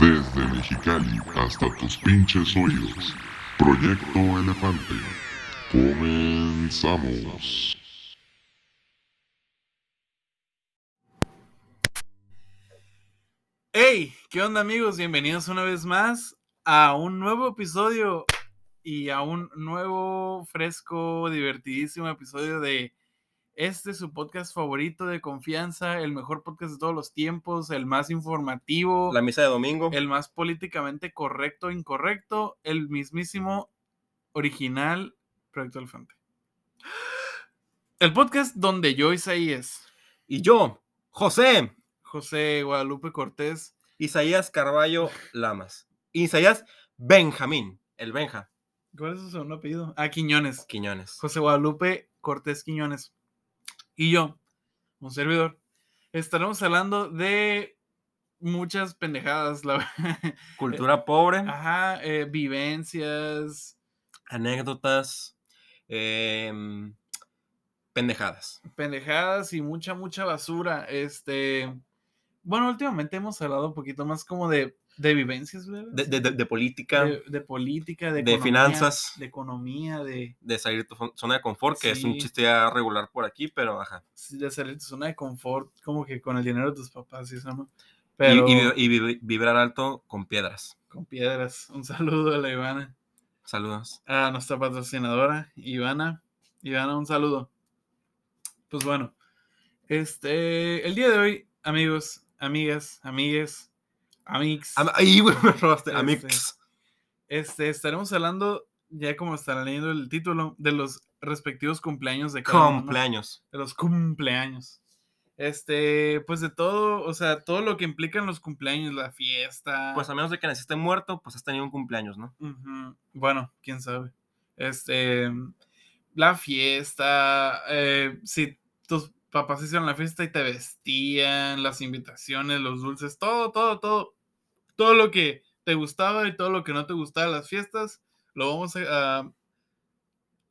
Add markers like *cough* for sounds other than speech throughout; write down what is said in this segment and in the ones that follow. Desde Mexicali hasta tus pinches hoyos. Proyecto Elefante. Comenzamos. Hey, ¿qué onda amigos? Bienvenidos una vez más a un nuevo episodio y a un nuevo, fresco, divertidísimo episodio de este su podcast favorito de confianza, el mejor podcast de todos los tiempos, el más informativo, La misa de domingo. el más políticamente correcto, incorrecto, el mismísimo original Proyecto Elefante. El podcast donde yo, Isaías, Y yo, José José Guadalupe Cortés, Isaías Carballo Lamas. Isaías Benjamín, el Benja ¿cuál es su segundo apellido? Ah, Quiñones. Quiñones. José Guadalupe Cortés Quiñones y yo, un servidor, estaremos hablando de muchas pendejadas, la *laughs* verdad. Cultura pobre, Ajá, eh, vivencias, anécdotas, em, pendejadas. pendejadas y mucha, mucha basura. Este, bueno, últimamente hemos hablado un poquito más como de, de vivencias, ¿verdad? De, de- de- de política, De- de política, de, de economía, finanzas. de economía, de, de salir de tu fon- zona de confort, que es un Sí. chiste ya regular por aquí, pero ajá. de salir de tu zona de confort, como que con el dinero de tus papás y eso, ¿no? Y- Pero Y, vi- y vi- vibrar alto con piedras. con piedras. Un saludo a la Ivana. Saludos. a nuestra patrocinadora, Ivana. Ivana, un saludo. Pues bueno, este, el día de hoy, amigos, amigas, amigues, amix, Am- Ay, güey, me robaste. Este. Amix. este, estaremos hablando, ya como estarán leyendo el título, de los respectivos cumpleaños de cada uno, ¿no? Cumpleaños. de los cumpleaños. Este, pues de todo, o sea, todo lo que implican los cumpleaños, la fiesta. Pues a menos de que naciste muerto, pues has tenido un cumpleaños, ¿no? Ujú, Bueno, quién sabe. Este, la fiesta, eh, si tus papás hicieron la fiesta y te vestían, las invitaciones, los dulces, todo, todo, todo, todo lo que te gustaba y todo lo que no te gustaba de las fiestas, lo vamos a, a-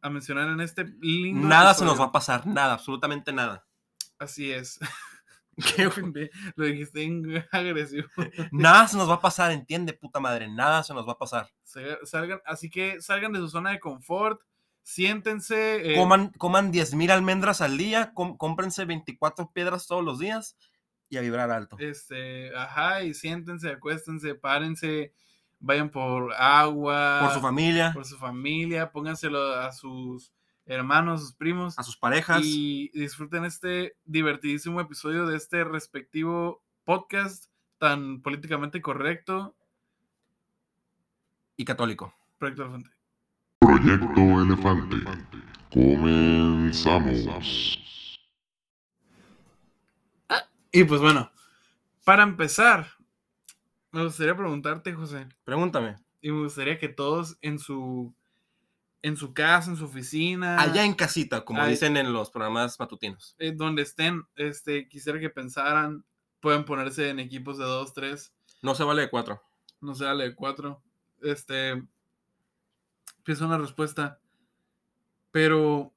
a mencionar en este lindo Nada se nos va episodio. a pasar, nada, absolutamente nada. Así *laughs* es. *laughs* lo dijiste en *laughs* agresivo. Nada se nos va a pasar, entiende, puta madre, nada se nos va a pasar. Sa- Salgan, así que salgan de su zona de confort, siéntense. eh, Coman, coman 10.000 almendras al día, com- cómprense 24 piedras todos los días y a vibrar alto. Este, ajá, y siéntense, acuéstense, párense, vayan por agua, Por su familia, por su familia, pónganselo a sus hermanos, sus primos, a sus parejas. y disfruten este divertidísimo episodio de este respectivo podcast tan políticamente correcto, y católico. Proyecto Alfonte. Proyecto Elefante. Comenzamos. Y pues bueno, para empezar, me gustaría preguntarte, José, Pregúntame. y me gustaría que todos en su en su casa, en su oficina, Allá en casita, como Ay. dicen en los programas matutinos. eh, donde estén, este, quisiera que pensaran, pueden ponerse en equipos de 2, 3, No se vale de cuatro. no sé, dale de 4. Este, piensa una respuesta. Pero,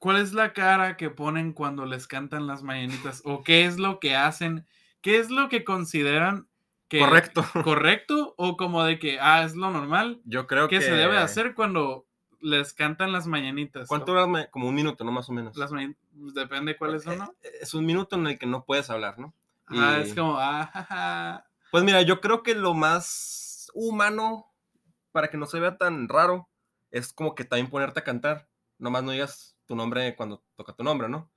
¿cuál es la cara que ponen cuando les cantan las mañanitas? ¿O qué es lo que hacen? ¿Qué es lo que consideran que Correcto. *laughs* correcto? ¿O como de que, ah, es lo normal? Yo creo ¿Qué que... se debe hacer cuando les cantan las mañanitas? ¿Cuánto dura? me- Como un minuto, ¿no? Más o menos. Las mañan- Depende cuáles son, ¿no? Eh, Es un minuto en el que no puedes hablar, ¿no? Ah, Y- es como, ah, ja, ja. Pues mira, yo creo que lo más humano, para que no se vea tan raro, es como que también ponerte a cantar. Nomás no digas tu nombre cuando toca tu nombre, ¿no?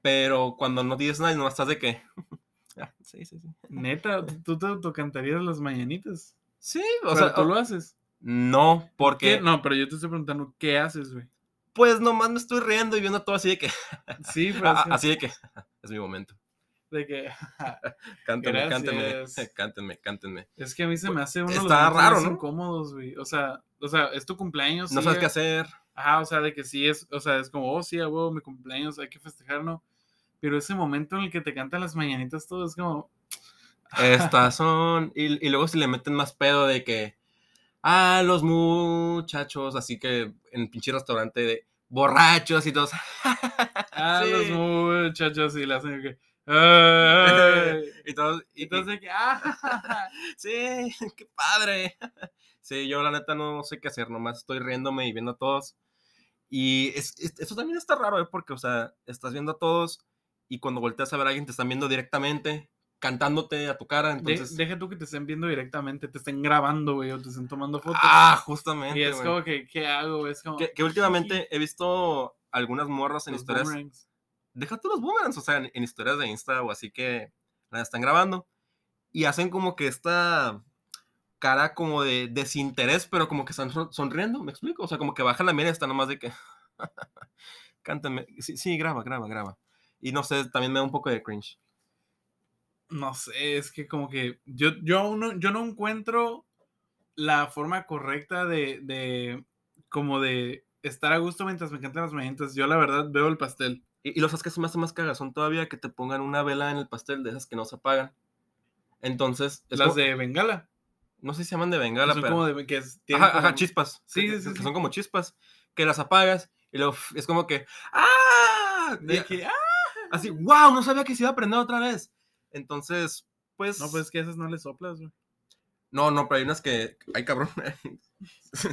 Pero cuando no dices nada, nomás estás de que... *laughs* "Ah, sí, sí, sí. neta, ¿tú- tú te autocantarías las mañanitas. Sí, o O sea... sea, tú o- lo haces. No, ¿Qué? porque... No, pero yo te estoy preguntando, ¿qué haces, güey? Pues nomás me estoy riendo y viendo todo así de que... *laughs* Sí, pero es ah, que- ah, así de que... *laughs* Es mi momento. de que, ja, ja. Cántenme, Gracias. *laughs* cántenme, cántenme, cántenme. es que a mí se me hace uno de los está momentos más raro, ¿no? incómodos, güey. O sea, o sea, es tu cumpleaños. No sí, sabes qué eh. hacer. Ajá, o sea, de que sí es, o sea, es como, oh, sí, a huevo, mi cumpleaños, hay que festejar, ¿no? Pero ese momento en el que te cantan las mañanitas, todo es como, Estas son. Y, y luego si le meten más pedo de que. A los muchachos, así que en pinche restaurante de borrachos y todos. *laughs* ah, los Sí. muchachos, y las hacen de que, Ay. Y todos, *laughs* y- y- Entonces, que, ah, sí, *laughs* qué padre. Sí, yo la neta no sé qué hacer, nomás estoy riéndome y viendo a todos. Y es- es- eso también está raro, ¿eh? Porque, o sea, estás viendo a todos y cuando volteas a ver a alguien te están viendo directamente, cantándote a tu cara, de- entonces... deja tú que te estén viendo directamente, te estén grabando, güey, o te estén tomando fotos. Ah, justamente. y es güey. como que, ¿qué hago? güey? Es como, que, que últimamente he visto algunas morras en los historias. boomerangs. Deja tú los boomerangs, o sea, en, en historias de Insta o así que las están grabando. Y hacen como que esta cara como de desinterés, pero como que están ro- sonriendo, ¿me explico? O sea, como que bajan la mira y están nomás de que. *laughs* Cántame. Sí, sí, graba, graba, graba. Y no sé, también me da un poco de cringe. No sé, es que como que yo, yo aún no, yo no encuentro la forma correcta de, de como de estar a gusto mientras me cantan las mañanitas. Yo la verdad veo el pastel. Y, y los que se me hacen más cagas son todavía que te pongan una vela en el pastel de esas que no se apagan. Entonces, es las como- de Bengala. no sé si se llaman de bengala, son pero. como de que es- tienen Ajá, ajá, como- chispas. Sí, sí, que- que sí, Son sí. como chispas que las apagas y luego uf, es como que ¡Ah! de Ya, que, ah, Así, wow, no sabía que se iba a prender otra vez. Entonces, pues. No, pues es que a esas no le soplas, güey. no, no, pero hay unas que. Ay, cabrón. *laughs*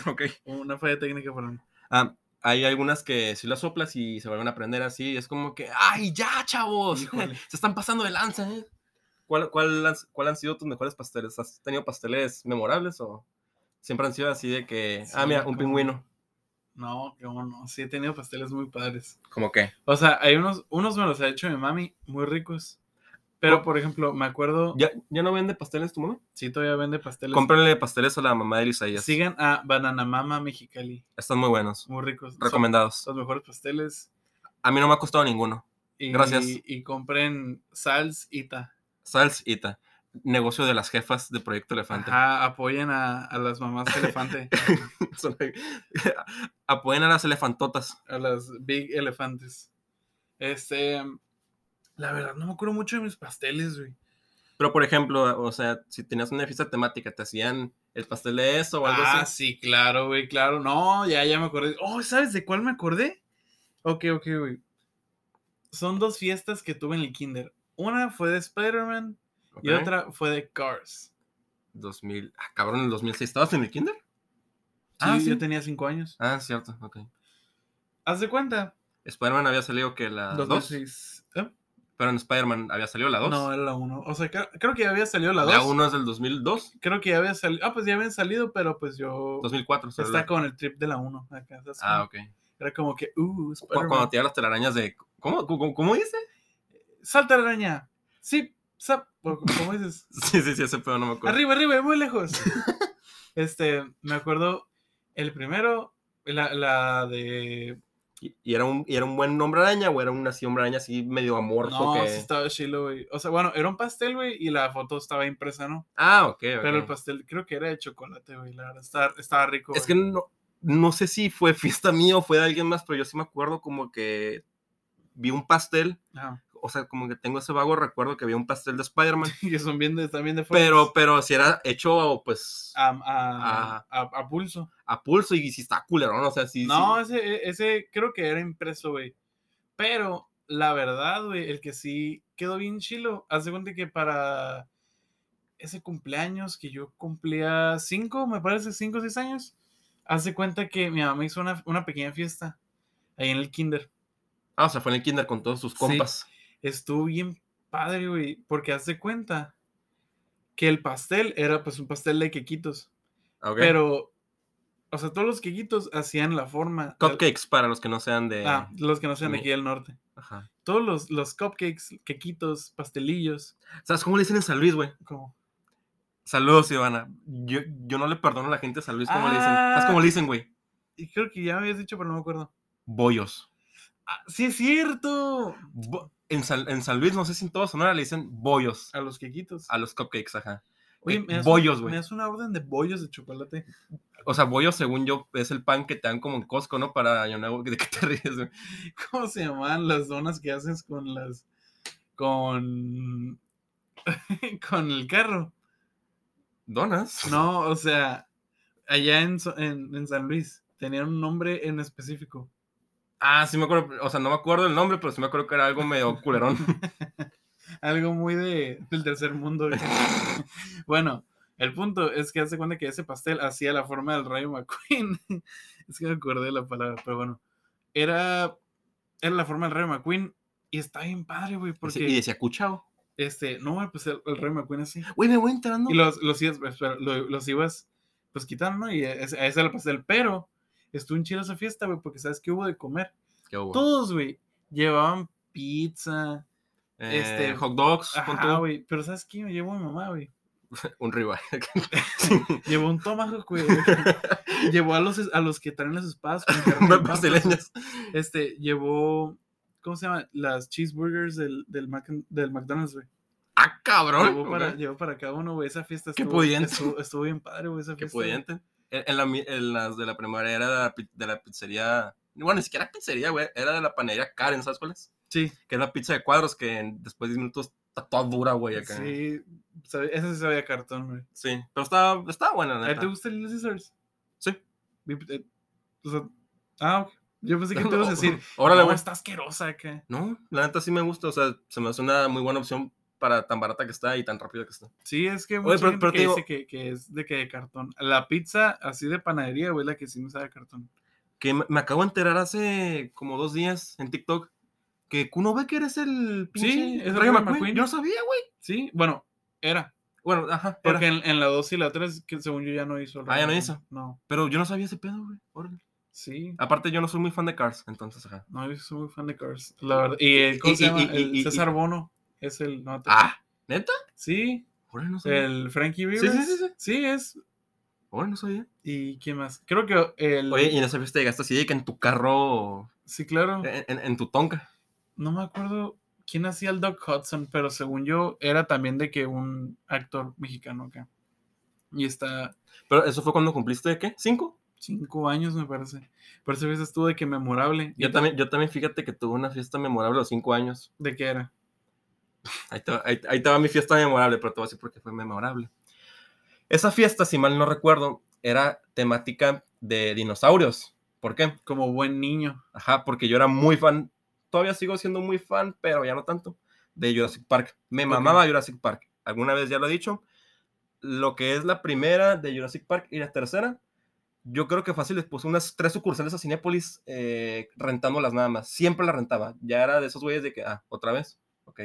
ok. Una falla técnica, perdón. Ah, hay algunas que si las soplas y se vuelven a prender así. y es como que, ¡ay, ya, chavos! *laughs* Híjole. se están pasando de lanza, ¿eh? ¿Cuál, cuál, han- ¿Cuál han sido tus mejores pasteles? ¿Has tenido pasteles memorables o siempre han sido así de que, ah, Sí, mira, un como- pingüino? No, cómo no. Sí, he tenido pasteles muy padres. ¿Cómo qué? O sea, hay unos, unos me los ha hecho mi mami, muy ricos. Pero, Oh. por ejemplo, me acuerdo, ¿Ya, ¿Ya no vende pasteles este tu mamá? sí todavía vende pasteles. Cómprenle pasteles a la mamá de Isaías. Sigan a Bananamama Mexicali. Están muy buenos. Muy ricos. Son Recomendados. los mejores pasteles. A mí no me ha costado ninguno. Y, Gracias. Y compren salsita. Salsita. Negocio de las jefas de Proyecto Elefante. Ajá, apoyen a, a las mamás elefante, *laughs* Son- *laughs* Apoyen a las elefantotas. a las big elefantes. Este, la verdad, no me acuerdo mucho de mis pasteles, güey. Pero, por ejemplo, o sea, si tenías una fiesta temática, te hacían el pastel de eso o algo ah, así. sí, claro, güey, claro. No, ya, ya me acordé. Oh, ¿sabes de cuál me acordé? Ok, ok, güey. Son dos fiestas que tuve en el kinder. Una fue de Spider-Man y Ok. otra fue de Cars. 2000. Ah, cabrón, en el 2006. ¿Estabas en el kinder? ah, Sí, yo sí. tenía cinco años. Ah, cierto. Ok. Haz de cuenta. Spider-Man había salido que la 2. 2006. ¿Eh? Pero en Spider-Man había salido la 2. No, era la 1. O sea, cre- creo que ya había salido la 2. la 1 es del 2002. Creo que ya había salido. Ah, pues ya habían salido, pero pues yo. 2004. salió la- Está con el trip de la 1. Acá, ¿sabes? Ah, ok. Era como que, uh, Cu- Cuando Spider-Man. te da las telarañas de. ¿Cómo, cómo, cómo dice? *laughs* Salta la araña. Sí, zap. o ¿Cómo dices? Sí, sí, sí, ese pedo no me acuerdo. Arriba, arriba, muy lejos. *laughs* este, me acuerdo el primero, la, la de. Y, y era un, y era un buen hombre araña o era un así hombre araña así medio amorfo No, que. sí estaba chilo, güey. O sea, bueno, era un pastel, güey, y la foto estaba impresa, ¿no? Ah, ok, ok. Pero el pastel creo que era de chocolate, güey. La verdad, estaba, estaba rico. Es que güey. no, no sé si fue fiesta mía o fue de alguien más, pero yo sí me acuerdo como que vi un pastel. Ajá. *laughs* O sea, como que tengo ese vago recuerdo que vi un pastel de Spider-Man. Que son bien de, también de fuertes. pero, pero si era hecho pues a, A, a, a, a pulso. pulso y si está culerón, o sea, sí. sí. No, ese, e, ese creo que era impreso, güey. Pero la verdad, güey, el que sí quedó bien chilo. Haz de cuenta que para ese cumpleaños que yo cumplía cinco, me parece, cinco o seis años, haz de cuenta que mi mamá hizo una, una pequeña fiesta ahí en el kinder. Ah, o sea, fue en el kinder con todos sus Sí. compas. Estuvo bien padre, güey, porque haz de cuenta que el pastel era pues un pastel de quequitos. Ah, Ok. Pero, o sea, todos los quequitos hacían la forma. del- Cupcakes para los que no sean de. Ah, los que no sean de mi- aquí del norte. Ajá. Todos los, los cupcakes, quequitos, pastelillos, ¿Sabes cómo le dicen en San Luis, güey? como... Saludos, Ivana. Yo, yo no le perdono a la gente de San Luis, ¿cómo le dicen? ¿Sabes Ah. cómo le dicen, güey? Y creo que ya me habías dicho, pero no me acuerdo. Bollos. ¡Ah, ¡Sí es cierto! Bo- en, San, en San Luis, no sé si en todo Sonora le dicen bollos A los quequitos. a los cupcakes, ajá. Oye, que- me das, Ah, eh, bollos, me güey. das una orden de bollos de chocolate. *laughs* O sea, bollos, según yo, es el pan que te dan como en Costco, ¿no? Para Año Nuevo, ¿de qué te *laughs* ríes, güey? ¿Cómo se llaman las donas que haces con las... con... *laughs* con el carro? ¿Donas? No, o sea, allá en, So- en, en San Luis tenían un nombre en específico. *laughs* *laughs* Ah, sí me acuerdo, o sea, no me acuerdo el nombre, pero sí me acuerdo que era algo medio culerón. Algo muy de, del tercer mundo. güey. bueno, el punto es que hace cuenta que ese pastel hacía la forma del Rayo McQueen. *laughs* es que me acordé de la palabra, pero bueno. Era, era la forma del Rayo McQueen y está bien padre, güey, porque... Y decía cuchao. Este, no, güey, pues el, el Rayo McQueen así. Güey, me voy entrando. Y los, los, ibas- espera, lo- los ibas, pues quitando, ¿no? Y ese- a ese era el pastel. Pero estuvo un chido esa fiesta, güey, porque sabes que hubo de comer. Qué hubo. Todos, güey, llevaban pizza. Eh, este, hot dogs, pon Ajá, tú, güey. Pero sabes qué? me llevó mi mamá, güey. un *laughs* rival. Llevó un tomahawk, *laughs* güey. llevó a los, a los que traen las espadas. con carne de Unas papas. brasileñas. Este, llevó, ¿cómo se llama? Las cheeseburgers del, del, Mac- del McDonald's, güey. Ah, cabrón. Llevó para, güey. llevó para cada uno, güey. Esa fiesta Qué estuvo, pudiente. estuvo, estuvo bien padre, güey, esa Qué fiesta. Este, güey. pudiente. En, en la mi- en las de la primaria era de la, pi- de la pizzería. Bueno, ni siquiera pizzería, güey. Era de la panadería Karen, ¿sabes cuál es? Sí. Que es la pizza de cuadros que en- después de 10 minutos está toda dura, güey. Acá. Sí. Sí, sabe- esa sí sabía cartón, güey. Pero estaba, estaba buena, ¿A la ti te neta. gusta Little Scissors? Sí. Vi- eh, O sea, ah, ok. Yo *laughs* pensé que te ibas a decir, Órale, no, güey. está asquerosa acá. No, la neta sí me gusta. O sea, se me hace una muy buena opción para tan barata que está y tan rápida que está. Sí, es que mucha Oye, pero- gente pero te que digo- dice que, que es de que de cartón. La pizza así de panadería, güey, la que sí me sabe a cartón. Que me, me acabo de enterar hace como dos días en TikTok que Kuno Becker es el pinche. es el Rayo Rayo McQueen. Yo no sabía, güey. Sí, bueno, era. Bueno, ajá. era. Porque en, en la 2 y la 3, que según yo ya no hizo. el Ah, ya no Rayo hizo. McQueen. No, Pero yo no sabía ese pedo, güey. Órale. sí. Aparte, yo no soy muy fan de Cars, entonces, ajá. No, yo soy muy fan de Cars. La verdad. Y, eh, ¿cómo Y- se y- llama? y- El y- y- César Bono es el. No, te- Ah, ¿neta? Sí, Órale, no sabía. el Frankie sí, Rivers. sí, sí. sí, es Órale, no sabía. ¿Y quién más? Creo que el. Oye, y en esa fiesta llegaste así de que en tu carro, Sí, claro. en, en- en tu tonca. No me acuerdo quién hacía el Doc Hudson, pero según yo era también de que un actor mexicano acá. Y está Pero eso fue cuando cumpliste, ¿qué? ¿Cinco? cinco años, me parece. Por esa vez estuvo de que memorable. Yo también, yo también, fíjate que tuve una fiesta memorable a los cinco años. ¿De qué era? Ahí te, va- ahí- ahí te va mi fiesta memorable, pero te voy a decir por qué fue memorable. Esa fiesta, si mal no recuerdo, era temática de dinosaurios. ¿Por qué? Como buen niño. Ajá, porque yo era muy fan, todavía sigo siendo muy fan, pero ya no tanto, de Jurassic Park. Me Ok. mamaba Jurassic Park. Alguna vez ya lo he dicho. Lo que es la primera de Jurassic Park y la tercera, yo creo que fácil les puse unas tres sucursales a Cinépolis eh, rentándolas nada más. Siempre las rentaba. Ya era de esos güeyes de que, ah, otra vez, ok.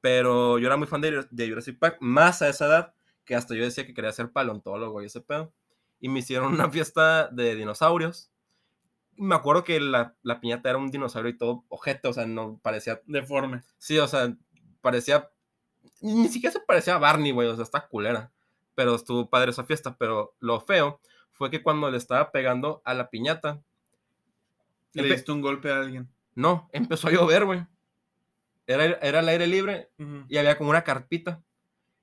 Pero yo era muy fan de, Jura- de Jurassic Park, más a esa edad, que hasta yo decía que quería ser paleontólogo y ese pedo. Y me hicieron una fiesta de dinosaurios. Me acuerdo que la, la piñata era un dinosaurio y todo ojete, o sea, no parecía. Deforme. Sí, o sea, parecía. Ni siquiera se parecía a Barney, güey, o sea, está culera. Pero estuvo padre esa fiesta. Pero lo feo fue que cuando le estaba pegando a la piñata, Le Empe- diste un golpe a alguien. no, empezó a llover, güey. Era, era el aire libre Ujú. y había como una carpita.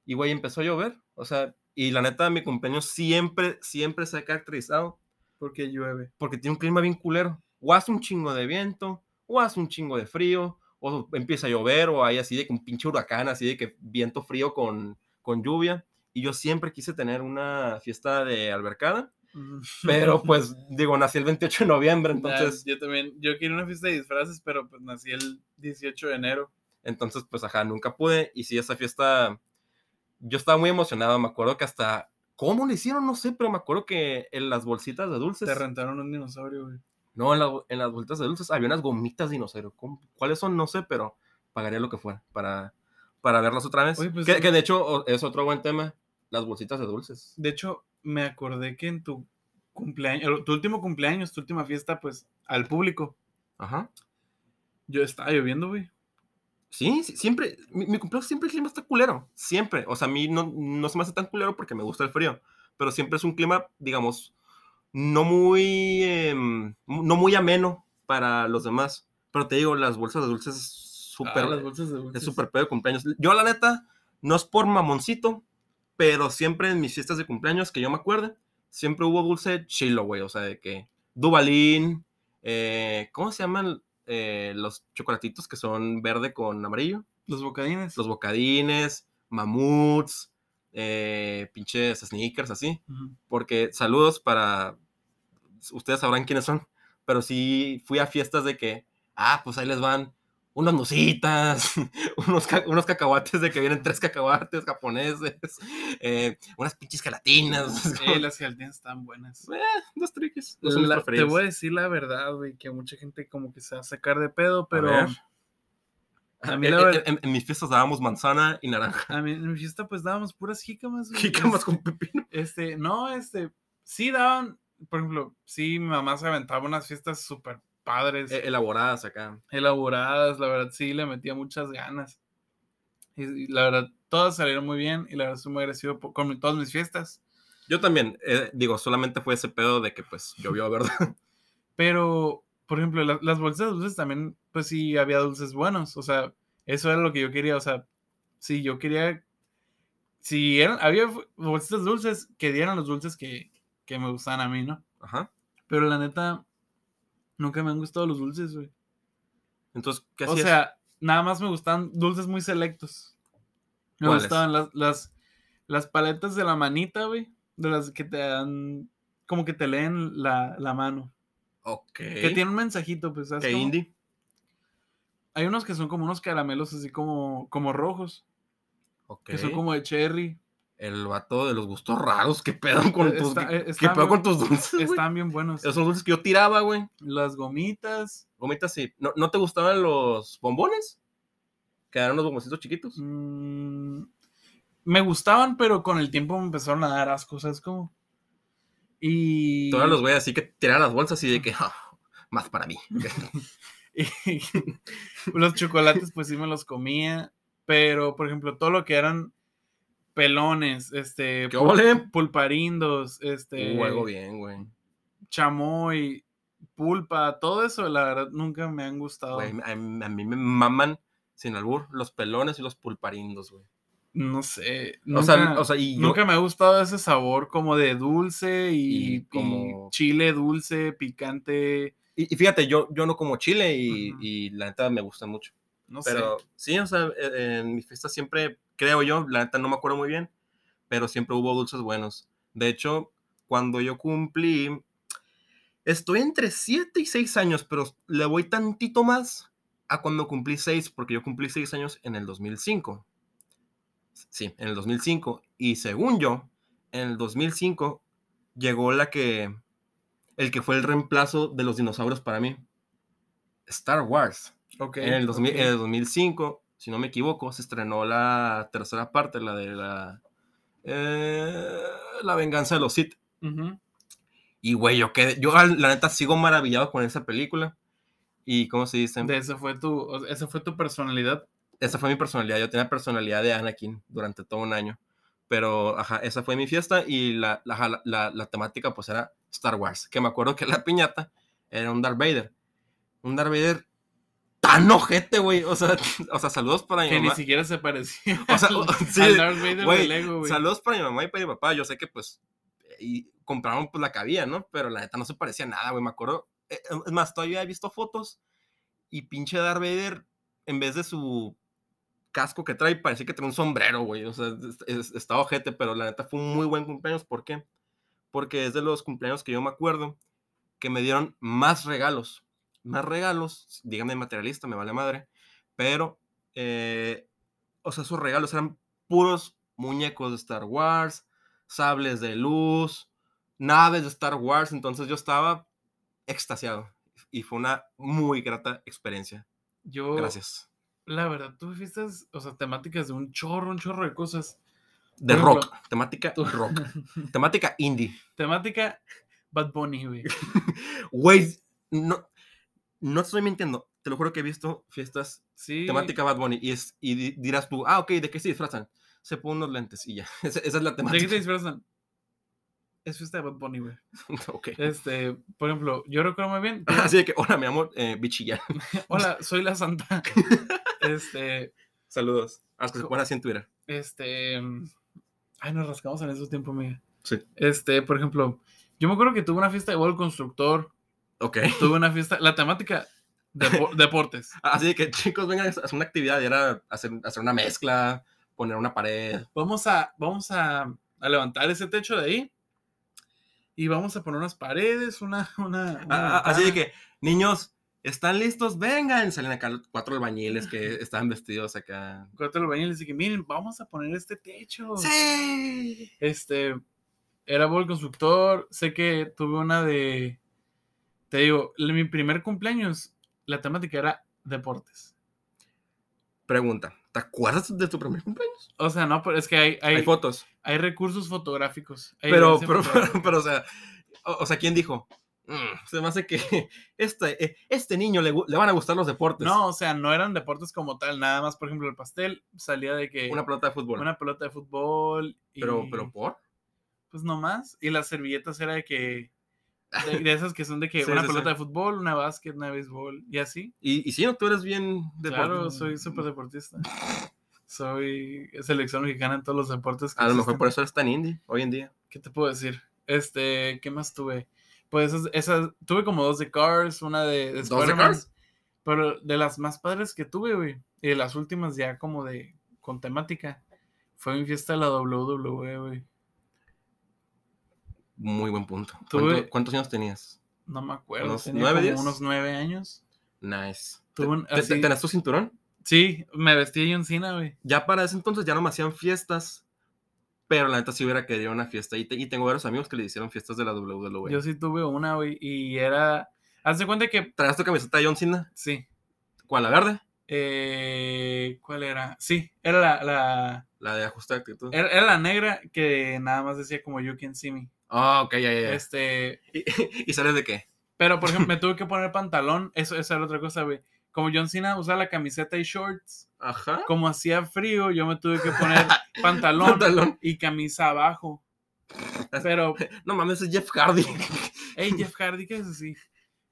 Y, güey, empezó a llover. O sea, y la neta, mi cumpleaños siempre, siempre se ha caracterizado Porque llueve. porque tiene un clima bien culero. O hace un chingo de viento, o hace un chingo de frío, o empieza a llover, o hay así de que un pinche huracán, así de que viento frío con, con lluvia. Y yo siempre quise tener una fiesta de albercada, Ujú. *laughs* pero pues, digo, nací el 28 de *laughs* noviembre, Nah, entonces, yo también. Yo quería una fiesta de disfraces, pero pues nací el 18 de enero. entonces, pues, ajá, nunca pude. Y sí, esa fiesta, yo estaba muy emocionado, me acuerdo que hasta, ¿cómo lo hicieron? No sé, pero me acuerdo que en las bolsitas de dulces... Te rentaron un dinosaurio, güey. No, en, la- en las vueltas de dulces había unas gomitas dinosaurio. ¿Cómo- ¿Cuáles son? No sé, pero pagaría lo que fuera para, para verlas otra vez. Oye, pues, que, eh, que de hecho o- es otro buen tema. Las bolsitas de dulces. De hecho, me acordé que en tu cumpleaños, tu último cumpleaños, tu última fiesta, pues, al público. Ajá. Yo estaba lloviendo, güey. Sí, sí, siempre. Mi, mi cumpleaños siempre el clima está culero. Siempre. O sea, a mí no, no se me hace tan culero porque me gusta el frío. Pero siempre es un clima, digamos, no muy, em, no muy ameno para los demás. Pero te digo, las bolsas de dulces es súper. Ah, las bolsas de dulces. Es súper pedo de cumpleaños. Yo, la neta, no es por mamoncito, pero siempre en mis fiestas de cumpleaños, que yo me acuerde, siempre hubo dulce chilo, güey. O sea, de que Dubalín, eh, ¿cómo se llaman eh, los chocolatitos que son verde con amarillo? Los bocadines. Los bocadines, mamuts, eh, pinches sneakers, así. *laughs* Ujú. Porque saludos para. Ustedes sabrán quiénes son, pero sí fui a fiestas de que, ah, pues ahí les van unas nucitas, *laughs* unos, ca- unos cacahuates de que vienen tres cacahuates japoneses, *laughs* eh, unas pinches gelatinas. *laughs* es como, Eh, las gelatinas están buenas. dos triquis. Dos son mis La- te preferidas. voy a decir la verdad, güey, que mucha gente como que se va a sacar de pedo, pero ver. a mí En- la en, verdad- en- en mis fiestas dábamos manzana y naranja. *laughs* a mí en mi fiesta pues dábamos puras jícamas, güey. Jícamas con pepino. Este, no, este, sí daban, por ejemplo, sí, mi mamá se aventaba unas fiestas súper padres, Eh, elaboradas acá. elaboradas, la verdad, sí, le metía muchas ganas. Y, y la verdad, todas salieron muy bien y la verdad estoy muy agradecido por- con mi- todas mis fiestas. Yo también, eh, digo, solamente fue ese pedo de que pues llovió, ¿verdad? *laughs* Pero, por ejemplo, la- las bolsas de dulces también, pues sí, había dulces buenos. O sea, eso era lo que yo quería. O sea, si yo quería. Si eran, había fu- bolsitas dulces que dieran los dulces que, que me gustaban a mí, ¿no? Ajá. Pero la neta, nunca me han gustado los dulces, güey. Entonces, ¿qué O hacías? sea, nada más me gustan dulces muy selectos. Me ¿Cuáles? gustaban las, las, las paletas de la manita, güey. De las que te dan. Como que te leen la, la mano. ok. Que tiene un mensajito, pues. ¿sabes ¿Qué cómo? indie? Hay unos que son como unos caramelos así como, como rojos, Ok. que son como de cherry. El vato de los gustos raros, *laughs* ¿qué pedo con tus, Está- qué- eh, qué está pedo con muy- tus dulces, güey? Están bien buenos. Esos son dulces que yo tiraba, güey. Las gomitas. Gomitas sí. ¿No, ¿No te gustaban los bombones? Que eran unos bomboncitos chiquitos. mm, me gustaban, pero con el tiempo me empezaron a dar asco, ¿sabes cómo? Y. Todos los güeyes así que tiraban las bolsas y de que, "Ah, más para mí. *laughs* y los chocolates, pues sí me los comía. Pero, por ejemplo, todo lo que eran pelones, este. *laughs* ¿Qué pul- ole? Pulparindos, este. Uh, algo bien, güey. chamoy, pulpa, todo eso, la verdad, nunca me han gustado. Güey, a, a mí me maman, sin albur, los pelones y los pulparindos, güey. No sé. O Nunca, sea, o sea, y yo- nunca me ha gustado ese sabor como de dulce y, Y como- y chile dulce, picante. y, y fíjate, yo, yo no como chile y, Ujú. y la neta me gusta mucho. No Pero sé. sí, o sea, e- en mis fiestas siempre, creo yo, la neta no me acuerdo muy bien, pero siempre hubo dulces buenos. De hecho, cuando yo cumplí, estoy entre 7 y 6 años, pero le voy tantito más a cuando cumplí 6, porque yo cumplí 6 años en el 2005. Sí, en el 2005. Y según yo, en el 2005 llegó la que, el que fue el reemplazo de los dinosaurios para mí. Star Wars. Ok, En el, 2000 ok. en el 2005, si no me equivoco, se estrenó la tercera parte, la de la, eh, la venganza de los Sith. Ujú. Y güey, yo quedé, yo al- la neta sigo maravillado con esa película. Y cómo se dice, De esa fue tu, o- esa fue tu personalidad. esa fue mi personalidad. Yo tenía personalidad de Anakin durante todo un año. Pero, ajá, esa fue mi fiesta y la, la- ajá, la- la- la temática pues era Star Wars. Que me acuerdo que la piñata era un Darth Vader. Un Darth Vader tan ojete, güey. O sea, *laughs* o sea, saludos para mi Que ni mamá. siquiera se parecía. *laughs* O sea, al- o- sí, al Darth Vader de güey, Lego, güey. Saludos para mi mamá y para mi papá. Yo sé que pues y compraron pues la cabía, ¿no? Pero la neta no se parecía a nada, güey. Me acuerdo. eh, Es más, todavía he visto fotos y pinche Darth Vader, en vez de su casco que trae, parecía que trae un sombrero, güey. O sea, es- es- está ojete, pero la neta fue un muy buen cumpleaños. ¿Por qué? Porque es de los cumpleaños que yo me acuerdo que me dieron más regalos. Más regalos, díganme materialista, me vale madre. Pero, eh, o sea, sus regalos eran puros muñecos de Star Wars, sables de luz, naves de Star Wars. Entonces yo estaba extasiado y fue una muy grata experiencia. Yo, Gracias. la verdad, tuve fiestas, o sea, temáticas de un chorro, un chorro de cosas. De Por rock, ejemplo, temática tú- *laughs* rock, temática indie. Temática Bad Bunny, güey. Güey, no, no estoy mintiendo. Te lo juro que he visto fiestas Sí. güey. temática Bad Bunny y, es, y di- dirás tú, ah, ok, ¿de qué se disfrazan? Se ponen unos lentes y ya. *laughs* Esa, esa es la ¿De qué te temática. disfrazan? Es fiesta de Bad Bunny, güey. *laughs* Ok. Este, por ejemplo, yo recuerdo muy bien. que- Así de que, hola, mi amor, eh, bichilla. Hola, soy la Santa. Este, *laughs* Saludos. A los Oh. que se ponen así en Twitter. este. mm, Ay, nos rascamos en esos tiempos, mía. Sí. Este, por ejemplo, yo me acuerdo que tuve una fiesta de gol constructor. Ok. Tuve una fiesta. La temática, depo- *laughs* deportes. Así de que, chicos, vengan a hacer una actividad. Y era hacer, hacer una mezcla, poner una pared. Vamos a, vamos a, a levantar ese techo de ahí. Y vamos a poner unas paredes, una. una, una Ah, ah, así de ventana. que, niños, ¿Están listos? Vengan. Salen acá los cuatro albañiles que estaban vestidos acá. Cuatro albañiles y que miren, vamos a poner este techo. ¡Sí! Este, era Bob el constructor. Sé que tuve una de. Te digo, la- mi primer cumpleaños, la temática era deportes. Pregunta. ¿Te acuerdas de tu primer cumpleaños? O sea, no, pero es que hay, hay, Hay fotos. hay recursos fotográficos. hay Pero, evidencia pero, pero, *laughs* fotográfica. o sea, o, o sea, ¿quién dijo? "Mm, se me hace que *laughs* este, eh, este niño le, gu- le van a gustar los deportes. No, o sea, no eran deportes como tal. Nada más, por ejemplo, el pastel salía de que. Una pelota de fútbol. eh, una pelota de fútbol. Y, Pero, pero ¿por? Pues nomás. Y las servilletas era de que. *laughs* De, de esas que son de que Sí, una sí, sí. pelota de fútbol, una básquet, una de béisbol y así. Y, y sí, no, tú eres bien deportista. Claro, soy súper deportista. Soy selección mexicana en todos los deportes. que A lo mejor existen. por eso eres tan indie hoy en día. ¿Qué te puedo decir? Este, ¿qué más tuve? Pues esas, esas- tuve como dos de Cars, una de, de ¿Dos de Spider-Man, Cars? Pero de las más padres que tuve, güey. Y de las últimas ya como de, con temática. Fue mi fiesta de la WWE, güey. Muy buen punto. Tú, ¿Cuánto- eh, ¿Cuántos años tenías? No me acuerdo, ¿Unos tenía nueve, como diez? unos nueve años. Nice. Tú ¿Te- un- te- te- así- ¿Tenías tu cinturón? Sí, me vestí de John Cena, güey. Ya para ese entonces ya no me hacían fiestas. Pero la neta sí hubiera querido una fiesta. Y, te- y tengo varios amigos que le hicieron fiestas de la E. WWE. Yo sí tuve una, güey, y era... Haz de cuenta que... ¿Traías tu camiseta de John Cena? Sí. ¿Cuál? ¿La verde? eh, ¿Cuál era? Sí, era la, la- La de ajustar actitud. era, era la negra que nada más decía como You Can See Me. Ah, ok, ya, ya, ya. Este... *laughs* ¿Y, y sales de qué? Pero, por *laughs* ejemplo, me tuve que poner pantalón. Eso, eso era otra cosa, güey. Como John Cena usaba la camiseta y shorts, Ajá. como hacía frío, yo me tuve que *laughs* poner pantalón Pantalón. y camisa abajo. Pero No mames, es Jeff Hardy. *laughs* Hey, Jeff Hardy, ¿qué es así?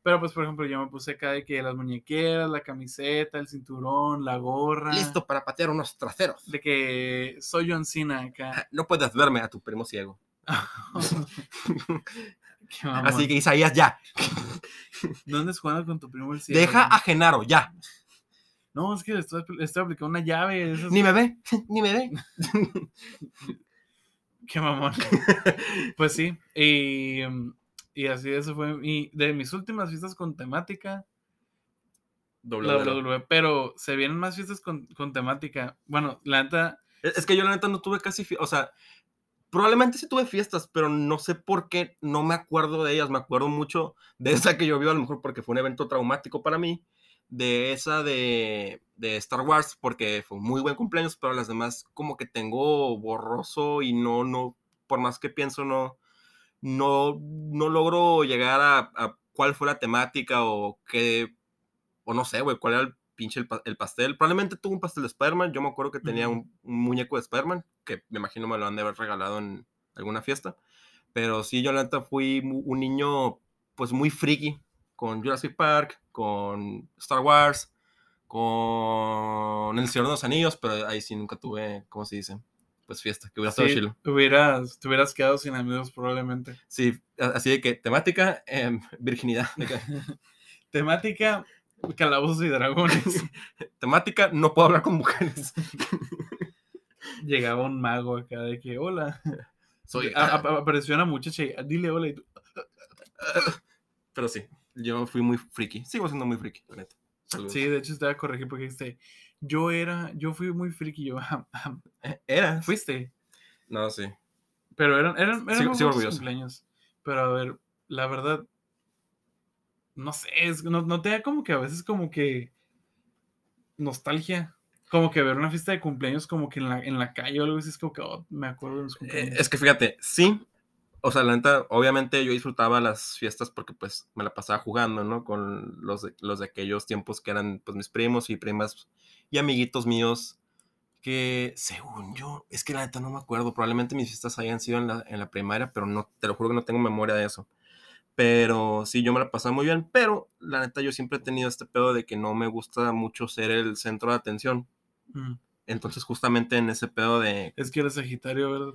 Pero pues, por ejemplo, yo me puse acá de que las muñequeras, la camiseta, el cinturón, la gorra. Listo para patear unos traseros. Ah, De que soy John Cena acá. *laughs* No puedes verme a tu primo ciego. *laughs* Qué mamón. Así que Isaías, ya. ¿No andes jugando con tu primo el cielo? Deja güey? a Genaro, ya. No, es que le estoy, le estoy aplicando una llave. de esas- Ni me ve, *laughs* ni me ve. *laughs* Qué *laughs* mamón. pues sí. Y, mm, y así eso fue. mi- de mis últimas fiestas con temática. la WWE, pero se vienen más fiestas con, con temática. Bueno, la neta, Es es que yo la neta no tuve casi, fie- o sea, probablemente sí tuve fiestas, pero no sé por qué no me acuerdo de ellas. Me acuerdo mucho de esa que yo vi, a lo mejor porque fue un evento traumático para mí, de esa de, de Star Wars, porque fue un muy buen cumpleaños, pero las demás como que tengo borroso y no, no, por más que pienso, no, no, no logro llegar a, a cuál fue la temática o qué, o no sé, güey, cuál era el pinche el, pa- el pastel. Probablemente tuvo un pastel de Spider-Man. Yo me acuerdo que tenía Ujú. un, un muñeco de Spider-Man, que me imagino me lo han de haber regalado en alguna fiesta. Pero sí, yo la neta fui mu- un niño, pues muy friki, con Jurassic Park, con Star Wars, con El Señor de los Anillos, pero ahí sí nunca tuve, ¿cómo se dice? Pues fiesta, que hubiera estado Sí, chilo. Hubieras, te hubieras quedado sin amigos probablemente. Sí, a- así de que temática, em, *laughs* virginidad. *laughs* de que- *laughs* Temática, calabozos y *laughs* dragones. temática, no puedo hablar *laughs* con mujeres. Llegaba un mago acá de que, hola. Soy, A- *laughs* a- apareció una muchacha y dile hola. Y tú, pero sí, yo fui muy friki. Sigo siendo muy friki, la neta. Saludos. sí, de hecho te voy a corregir porque dijiste, yo era, yo fui muy friki, yo, *laughs* "Ajá, ajá". Eh, Era. fuiste. No, sí. Pero eran, eran, eran Sigo- muy sigo buenos orgulloso. cumpleaños. Pero a ver, la verdad, no sé, es- no, no te da como que a veces como que nostalgia. Como que ver una fiesta de cumpleaños como que en la, en la calle o algo así es como que "Oh, me acuerdo de los Eh, cumpleaños. es que fíjate, sí. O sea, la neta, obviamente yo disfrutaba las fiestas porque pues me la pasaba jugando, ¿no? Con los de, los de aquellos tiempos que eran pues mis primos y primas y amiguitos míos que según yo, es que la neta no me acuerdo, probablemente mis fiestas hayan sido en la, en la primaria, pero no, te lo juro que no tengo memoria de eso. Pero sí, yo me la pasaba muy bien, pero la neta yo siempre he tenido este pedo de que no me gusta mucho ser el centro de atención. Mm. Entonces justamente en ese pedo de Es que eres Sagitario, ¿verdad?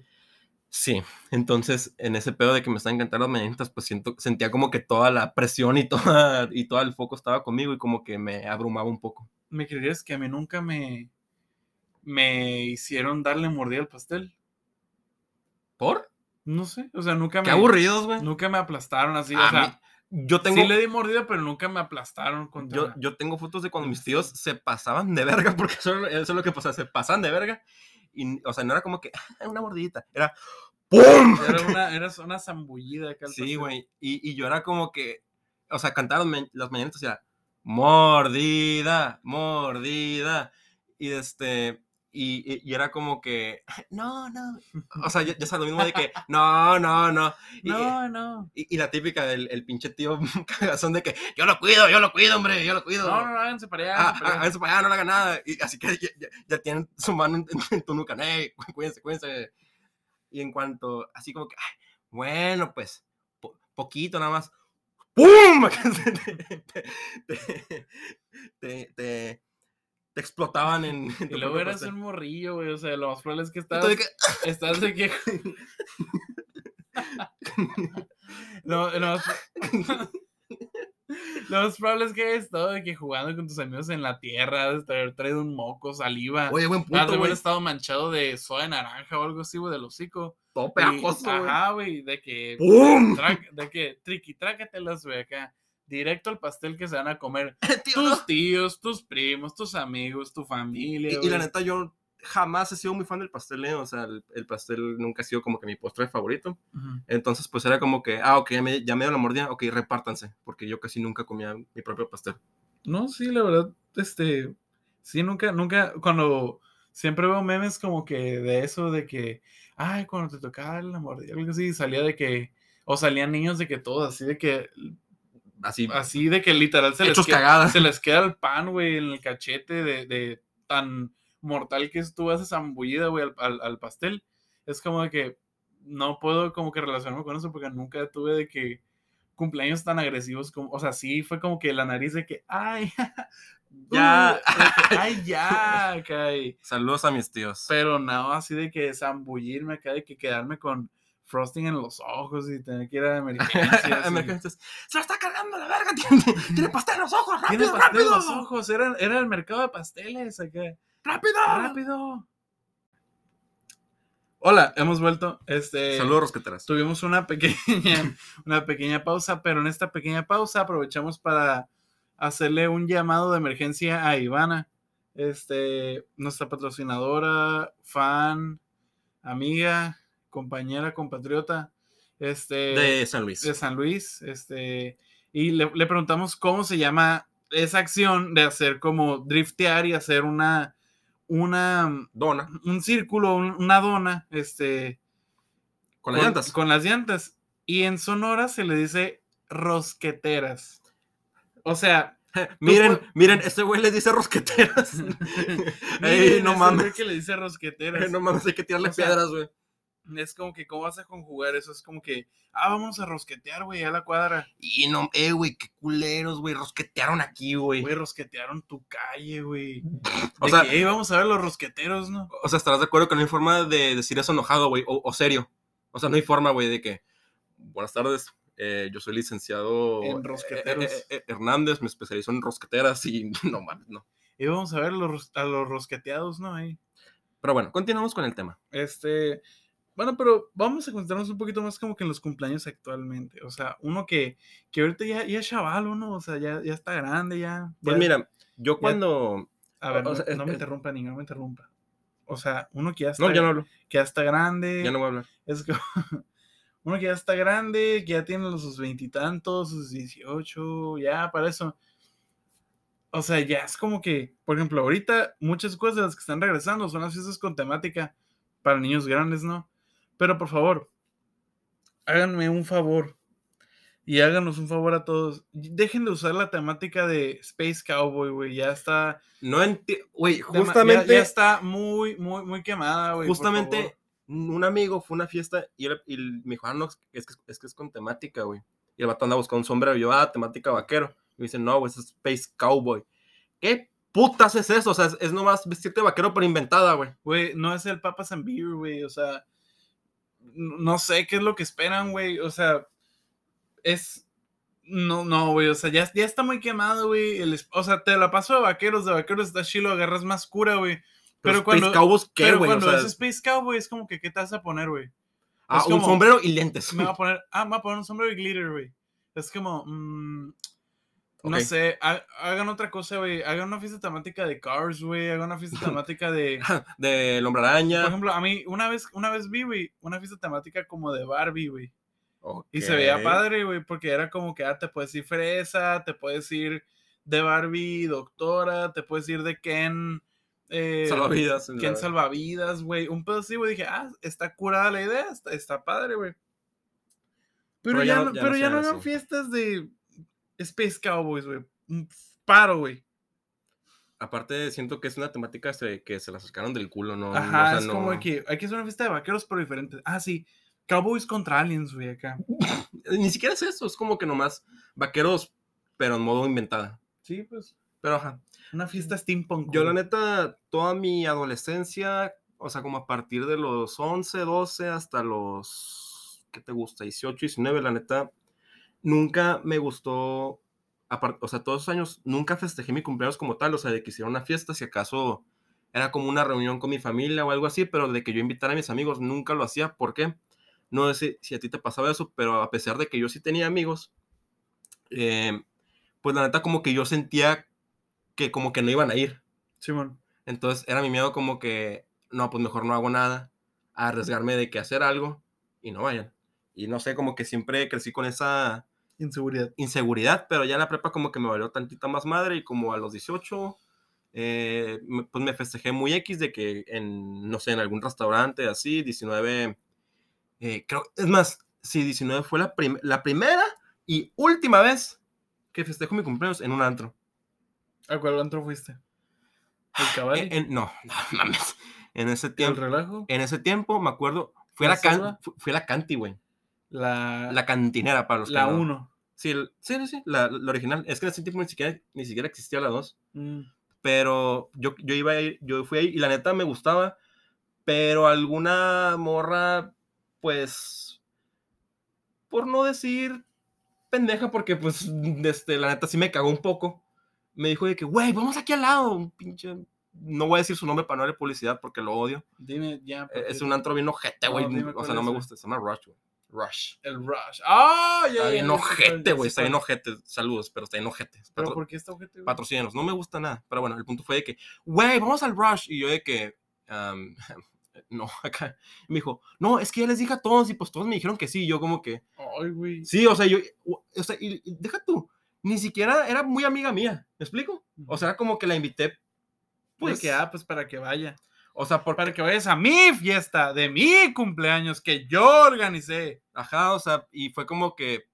Sí, entonces en ese pedo de que me estaban cantando las mañanitas, pues siento, sentía como que toda la presión y, toda, y todo el foco estaba conmigo y como que me abrumaba un poco. ¿Me creerías que a mí nunca me, me hicieron darle mordida al pastel? ¿Por? No sé, o sea, nunca ¡Qué me, aburridos, güey! nunca me aplastaron así, o a, sea, mí, Yo tengo, Sí le di mordida, pero nunca me aplastaron contra yo, la- yo tengo fotos de cuando mis tíos se pasaban de verga, *laughs* porque eso, eso es lo que pasaba, se pasaban de verga. Y, o sea, no era como que "Ah, una mordidita, era ¡pum! *laughs* Era una, era una zambullida. acá al Sí, pastel. güey. Y, y yo era como que, o sea, cantaron las mañanitas y era mordida, mordida. Y este, y, y- y era como que, *laughs* no, no. O sea, ya, ya sabes lo mismo *laughs* de que, no, no, no. Y, No, no. y- y la típica del el pinche tío *laughs* cagazón de que, yo lo cuido, yo lo cuido, hombre, yo lo No, cuido. no, no, háganse para allá. Ah, háganse para ah, allá. eso para allá no le haga nada. Y así que ya, ya- ya tienen su mano en, en tu nuca. "Ey, cu- cuídense, cuídense. Y en cuanto, así como que, "Ay, bueno, pues, po- poquito nada más. ¡Pum! *laughs* Acá se Te, te, te- te- te- te explotaban en, en Y tu luego propio eras pastel. un morrillo, güey. O sea, lo más probable es que Y estás, tú de que, estás de que. *laughs* lo, lo más, *laughs* lo más probable es que hayas estado de que jugando con tus amigos en la tierra, de haber traído un moco, saliva. Oye, buen has de punto, haber güey. estado manchado de soda de naranja o algo así, güey, del hocico. Todo Y- pegajoso, güey. Ajá, güey, de que. *laughs* ¡Pum! tra- de que triqui, trácatelas, güey, acá. Directo al pastel que se van a comer Tío, no. tus tíos, tus primos, tus amigos, tu familia. Y, y güey. la neta, yo jamás he sido muy fan del pastel, ¿eh? O sea, el- el pastel nunca ha sido como que mi postre favorito. Ujú. Entonces, pues era como que, ah, ok, ya me, ya me dio la mordida, ok, repártanse, porque yo casi nunca comía mi propio pastel. No, sí, la verdad, este, sí, nunca, nunca, cuando siempre veo memes como que de eso, de que, ay, cuando te tocaba la mordida, algo así, salía de que, o salían niños de que todo, así de que, Así, así de que literal se les hechos queda, cagadas. se les queda el pan, güey, en el cachete de, de tan mortal que es tú haces zambullida, güey, al, al- al pastel. Es como de que no puedo como que relacionarme con eso porque nunca tuve de que cumpleaños tan agresivos como, o sea, sí fue como que la nariz de que, ay, *laughs* Ya. uh, de que, *laughs* ay, ya, acá, y- Saludos a mis tíos. *laughs* Pero no, así de que zambullirme acá, de que quedarme con frosting en los ojos y tener que ir a *laughs* emergencias. y- Emergencias. Se la está cargando la verga, tiene, tiene pastel en los ojos, Tiene rápido, pastel en rápido, los ojos, era, era el mercado de pasteles acá. rápido. Rápido. Hola, hemos vuelto. Este, Saludos, rosqueteras. Tuvimos una pequeña, *laughs* una pequeña pausa, pero en esta pequeña pausa aprovechamos para hacerle un llamado de emergencia a Ivana, este, nuestra patrocinadora, fan, amiga, compañera, compatriota, este, De San Luis. de San Luis, este, y le, le preguntamos cómo se llama esa acción de hacer como driftear y hacer una, una, mm, Dona, un círculo, un- una dona, este, con las llantas. con las llantas. Y en Sonora se le dice rosqueteras. O sea, Miren, miren, este güey les dice *laughs* rosqueteras. Ey, miren, no ese mames. güey que le dice rosqueteras. No mames, hay que tirarle O sea, piedras, güey. Es como que, ¿cómo vas a conjugar eso? Es como que, ah, vamos a rosquetear, güey, a la cuadra. Y no, eh, güey, qué culeros, güey, rosquetearon aquí, güey. Güey, rosquetearon tu calle, güey. O De sea, que, "Ey, vamos a ver los rosqueteros, ¿no? O sea, estarás de acuerdo que no hay forma de decir eso enojado, güey, o, o serio. O sea, no hay forma, güey, de que, buenas tardes, eh, yo soy licenciado En eh, rosqueteros. eh, eh, eh, Hernández, me especializo en rosqueteras y *laughs* no mames, no. Y vamos a ver los, ros- a los rosqueteados, ¿no? Ahí. Pero bueno, continuamos con el tema. Este, bueno, pero vamos a concentrarnos un poquito más como que en los cumpleaños actualmente. O sea, uno que, que ahorita ya, ya es chaval, uno, o sea, ya, ya está grande, ya. Pues ya- mira, yo cuando... a ver, o no, sea, no me eh, interrumpa, ni no me interrumpa. O sea, uno que ya está, No, ya no hablo, que ya está grande, ya no voy a hablar. es como, *laughs* uno que ya está grande, que ya tiene los sus veintitantos, sus dieciocho, ya, para eso. O sea, ya es como que, por ejemplo, ahorita muchas cosas de las que están regresando son las fiestas con temática para niños grandes, ¿no? Pero por favor, háganme un favor y háganos un favor a todos. Dejen de usar la temática de Space Cowboy, güey. Ya está. No entiendo, güey, dema- ya- justamente, Ya, está muy, muy, muy quemada, güey. por favor. justamente un amigo fue a una fiesta y, él- y me dijo, ah, no, es que es, que es con temática, güey. Y el vato anda buscando un sombrero y yo, ah, temática vaquero. Y me dice, no, güey, es Space Cowboy. ¿Qué putas es eso? O sea, es, es nomás vestirte de vaquero pero inventada, güey. Güey, no es el Papa San Beer, güey. O sea, n- no sé qué es lo que esperan, güey. O sea, es. No, no, güey. O sea, ya, ya está muy quemado, güey. el es- O sea, te la paso de vaqueros. De vaqueros está chilo, agarras más cura, güey. Pero Pero, cuando- Space Cowboys, ¿qué, Pero güey? O cuando sea, es Space Cowboy, es como que, ¿qué te vas a poner, güey? ah, es un como- sombrero y lentes. *laughs* Me va a poner. Ah, me va a poner un sombrero y glitter, güey. Es como, mm, no Ok. sé, ha- hagan otra cosa, güey. Hagan una fiesta temática de Cars, güey. Hagan una *laughs* fiesta temática de... Del hombre Por araña. ejemplo, a mí una vez, una vez vi, güey, una fiesta temática como de Barbie, güey. Y se Ok. veía padre, güey, porque era como que, ah, te puedes ir fresa, te puedes ir de Barbie doctora, te puedes ir de Ken... eh, Salvavidas. la Ken verdad. salvavidas, güey. Un pedo así, güey. Dije, ah, está curada la idea, está, está padre, güey. Pero, ya, no, pero se ya no hace. hagan fiestas de Space Cowboys, güey. Un Paro, güey. Aparte, siento que es una temática se- que se la sacaron del culo, ¿no? Ajá, O sea, es como no- que hay que hacer una fiesta de vaqueros, pero diferente. Ah, sí. Cowboys contra aliens, güey, acá. Ni siquiera es eso, es como que nomás vaqueros, pero en modo inventada. Sí, pues. Pero ajá. Una fiesta steampunk. Yo, la güey. neta, toda mi adolescencia, o sea, como a partir de los 11, 12 hasta los. ¿Qué te gusta? 18, 19, la neta, nunca me gustó. apar- O sea, todos esos años nunca festejé mi cumpleaños como tal, o sea, de que hiciera una fiesta, si acaso era como una reunión con mi familia o algo así, pero de que yo invitara a mis amigos nunca lo hacía. ¿Por qué? No sé si a ti te pasaba eso, pero a pesar de que yo sí tenía amigos, eh, pues la neta como que yo sentía que como que no iban a ir. Simón. Entonces era mi miedo como que, no, pues mejor no hago nada, a arriesgarme de que hacer algo y no vayan. Y no sé, como que siempre crecí con esa Inseguridad. inseguridad, pero ya la prepa como que me valió tantita más madre y como a los 18, eh, me- pues me festejé muy X de que en, no sé, en algún restaurante así, 19, eh, creo, es más, sí, 19 fue la, prim- la primera y última vez que festejo mi cumpleaños en un antro. ¿A cuál antro fuiste? ¿El cabal? En- en- no, *laughs* no mames, en ese ¿El tiempo. relajo? En ese tiempo, me acuerdo, fui a ¿La la, can- selva? fu- fui a la Canti, güey. La, La cantinera para los que Ah. la no- uno. Sí, el- sí, sí, sí, la, la original. Es que en ese tiempo ni siquiera, ni siquiera existía la 2. Mm. Pero yo, yo iba a ir, yo fui ahí y la neta me gustaba. Pero alguna morra, pues, por no decir pendeja, porque pues, *laughs* este, la neta sí me cagó un poco. Me dijo de que, güey, vamos aquí al lado, un pinche... No voy a decir su nombre para no darle publicidad porque lo odio. Dime ya. Eh, porque- Es un antro bien ojete, No, güey. dime o cuál sea, no es, me güey. gusta. Se llama Rush, güey. Rush. El Rush. ¡Ah! ya, Está ya, bien ya sé cuál, ojete, ya güey. sé Está bien cuál. ojete. Saludos, pero está bien ojete. Pero Patro- ¿por qué está ojete, güey? Patrocínanos. No me gusta nada. Pero bueno, el punto fue de que, güey, vamos al Rush. Y yo de que, am, *laughs* no, acá. Me dijo, no, es que ya les dije a todos y pues todos me dijeron que sí. Y yo como que, Ay, güey. sí, o sea, yo, o sea, y, y deja tú. Ni siquiera era muy amiga mía. ¿Me explico? O sea, era como que la invité. pues Pues, que, ah, pues para que vaya. o sea, porque Para que vayas a mi fiesta de mi cumpleaños que yo organicé. Ajá, o sea, y fue como que,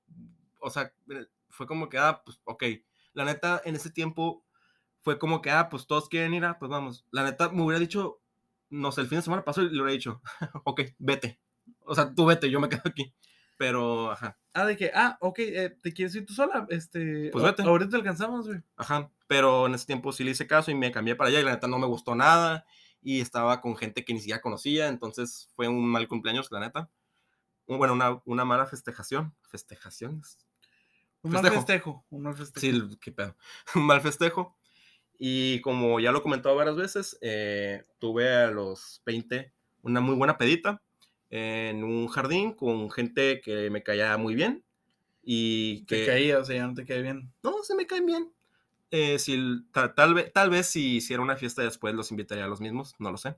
o sea, eh, fue como que, ah, pues, ok. La neta, en ese tiempo, fue como que, ah, pues todos quieren ir, ah, pues vamos. La neta, me hubiera dicho, no sé, el fin de semana pasó y le hubiera dicho, *laughs* ok, vete. O sea, tú vete, yo me quedo aquí. Pero, ajá, Ah, de que, ah, ok, eh, ¿te quieres ir tú sola? Este, Pues a- vete. ahorita te alcanzamos, güey. ajá. Pero en ese tiempo sí le hice caso y me cambié para allá y la neta no me gustó nada. Y estaba con gente que ni siquiera conocía, entonces fue un mal cumpleaños, la neta. Un- Bueno, una, una mala festejación. Festejaciones. Un mal Festejo. festejo. Un mal festejo. Sí, el- qué pedo. *laughs* Un mal festejo. Y como ya lo he comentado varias veces, eh, tuve a los 20 una muy buena pedita en un jardín con gente que me caía muy bien y Te que caía, o sea, ya no te cae bien. no se me caen bien. Eh, si, el- ta- tal, vez, tal vez si hiciera una fiesta después los invitaría a los mismos, no lo sé.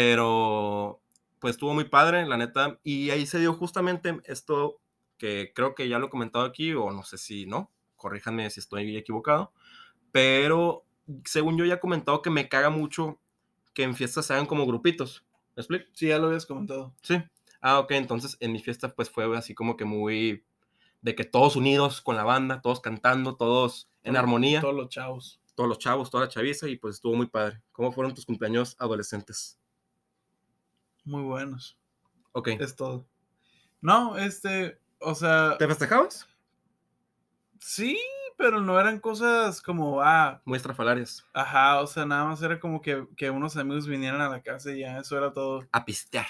Pero pues estuvo muy padre, la neta. Y ahí se dio justamente esto que creo que ya lo he comentado aquí, o no sé si no, corríjanme si estoy equivocado. Pero según yo ya he comentado que me caga mucho que en fiestas se hagan como grupitos. ¿Me explico? Sí, ya lo habías comentado. Sí. Ah, ok, entonces en mi fiesta pues fue así como que muy de que todos unidos con la banda, todos cantando, todos en Todo- armonía, Todos los chavos. todos los chavos, toda la chaviza y pues estuvo muy padre. ¿Cómo fueron tus cumpleaños adolescentes? Muy buenos. Ok. Es todo. No, este, o sea, ¿Te festejabas? sí, pero no eran cosas como, ah, Muy estrafalarias. Ajá, o sea, nada más era como que, que unos amigos vinieran a la casa y ya, eso era todo. A pistear.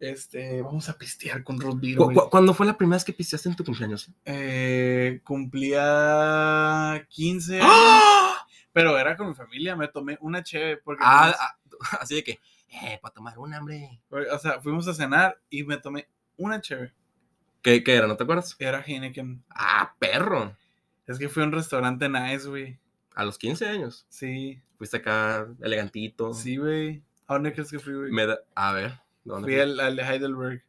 Este, vamos a pistear con Ruth Beer, ¿Cu- güey. cu- ¿Cuándo fue la primera vez que pisteaste en tu cumpleaños? Eh, cumplía 15 años, ¡Ah! pero era con mi familia, me tomé una cheve porque, Ah, *laughs* ah, así de que, eh, para tomar un hambre. fuimos- o sea, fuimos a cenar y me tomé una cheve. ¿Qué, qué era? ¿No te acuerdas? Era Heineken. Ah, perro. Es que fue a un restaurante nice, güey. A los 15 años. Sí, Fuiste acá elegantito. sí, güey. ¿A dónde crees que fui, güey? Oh. Me da- A ver. ¿dónde Fui fue? al, al de Heidelberg.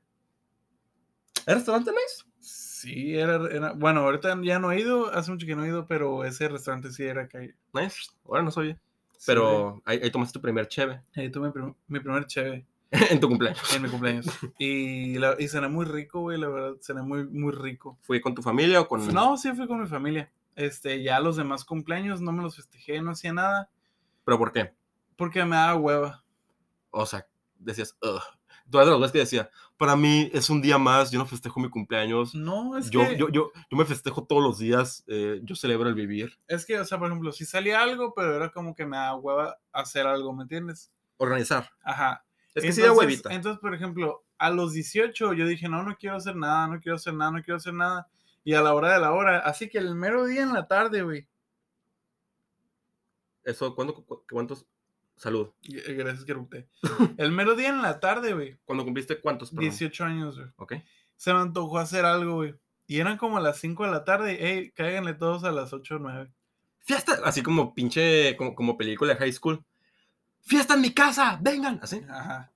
¿El restaurante nice? Sí, era, era- Bueno, ahorita ya no he ido, hace mucho que no he ido, pero ese restaurante sí era acá. Sí, Nice. Ahora no soy. güey. Pero ahí, ahí tomaste tu primer cheve *laughs* Ahí tuve mi, prim- mi primer cheve en tu cumpleaños. en mi *laughs* cumpleaños. Y, la, y cené muy rico, güey, la verdad, cené muy, muy rico. ¿Fui con tu familia o con.? No, sí fui con mi familia. Este, ya los demás cumpleaños no me los festejé, no hacía nada, ¿Pero por qué? porque me daba hueva. O sea, decías, ugh. Tú eras de los güeyes que decía, para mí es un día más, yo no festejo mi cumpleaños. No, es Yo, que... yo, yo, yo me festejo todos los días, eh, yo celebro el vivir. Es que, o sea, por ejemplo, si salía algo, pero era como que me da hueva hacer algo, ¿me entiendes? Organizar. Ajá. Es que sí da Entonces- huevita. Entonces, por ejemplo, a los 18 yo dije, no, no quiero hacer nada, no quiero hacer nada, no quiero hacer nada. Y a la hora de la hora, así que el mero día en la tarde, güey. Eso, ¿cuándo, cu- ¿cuántos? Salud. Y- eh, Gracias, *laughs* Kerupte. El mero día en la tarde, güey. ¿Cuándo cumpliste cuántos? perdón? 18 años, güey. Ok. Se me antojó hacer algo, güey. Y eran como las 5 de la tarde. Ey, cáiganle todos a las 8 o 9. ¡Fiesta! Así como pinche, como, como película de high school. ¡Fiesta en mi casa! ¡Vengan! Así. Ajá.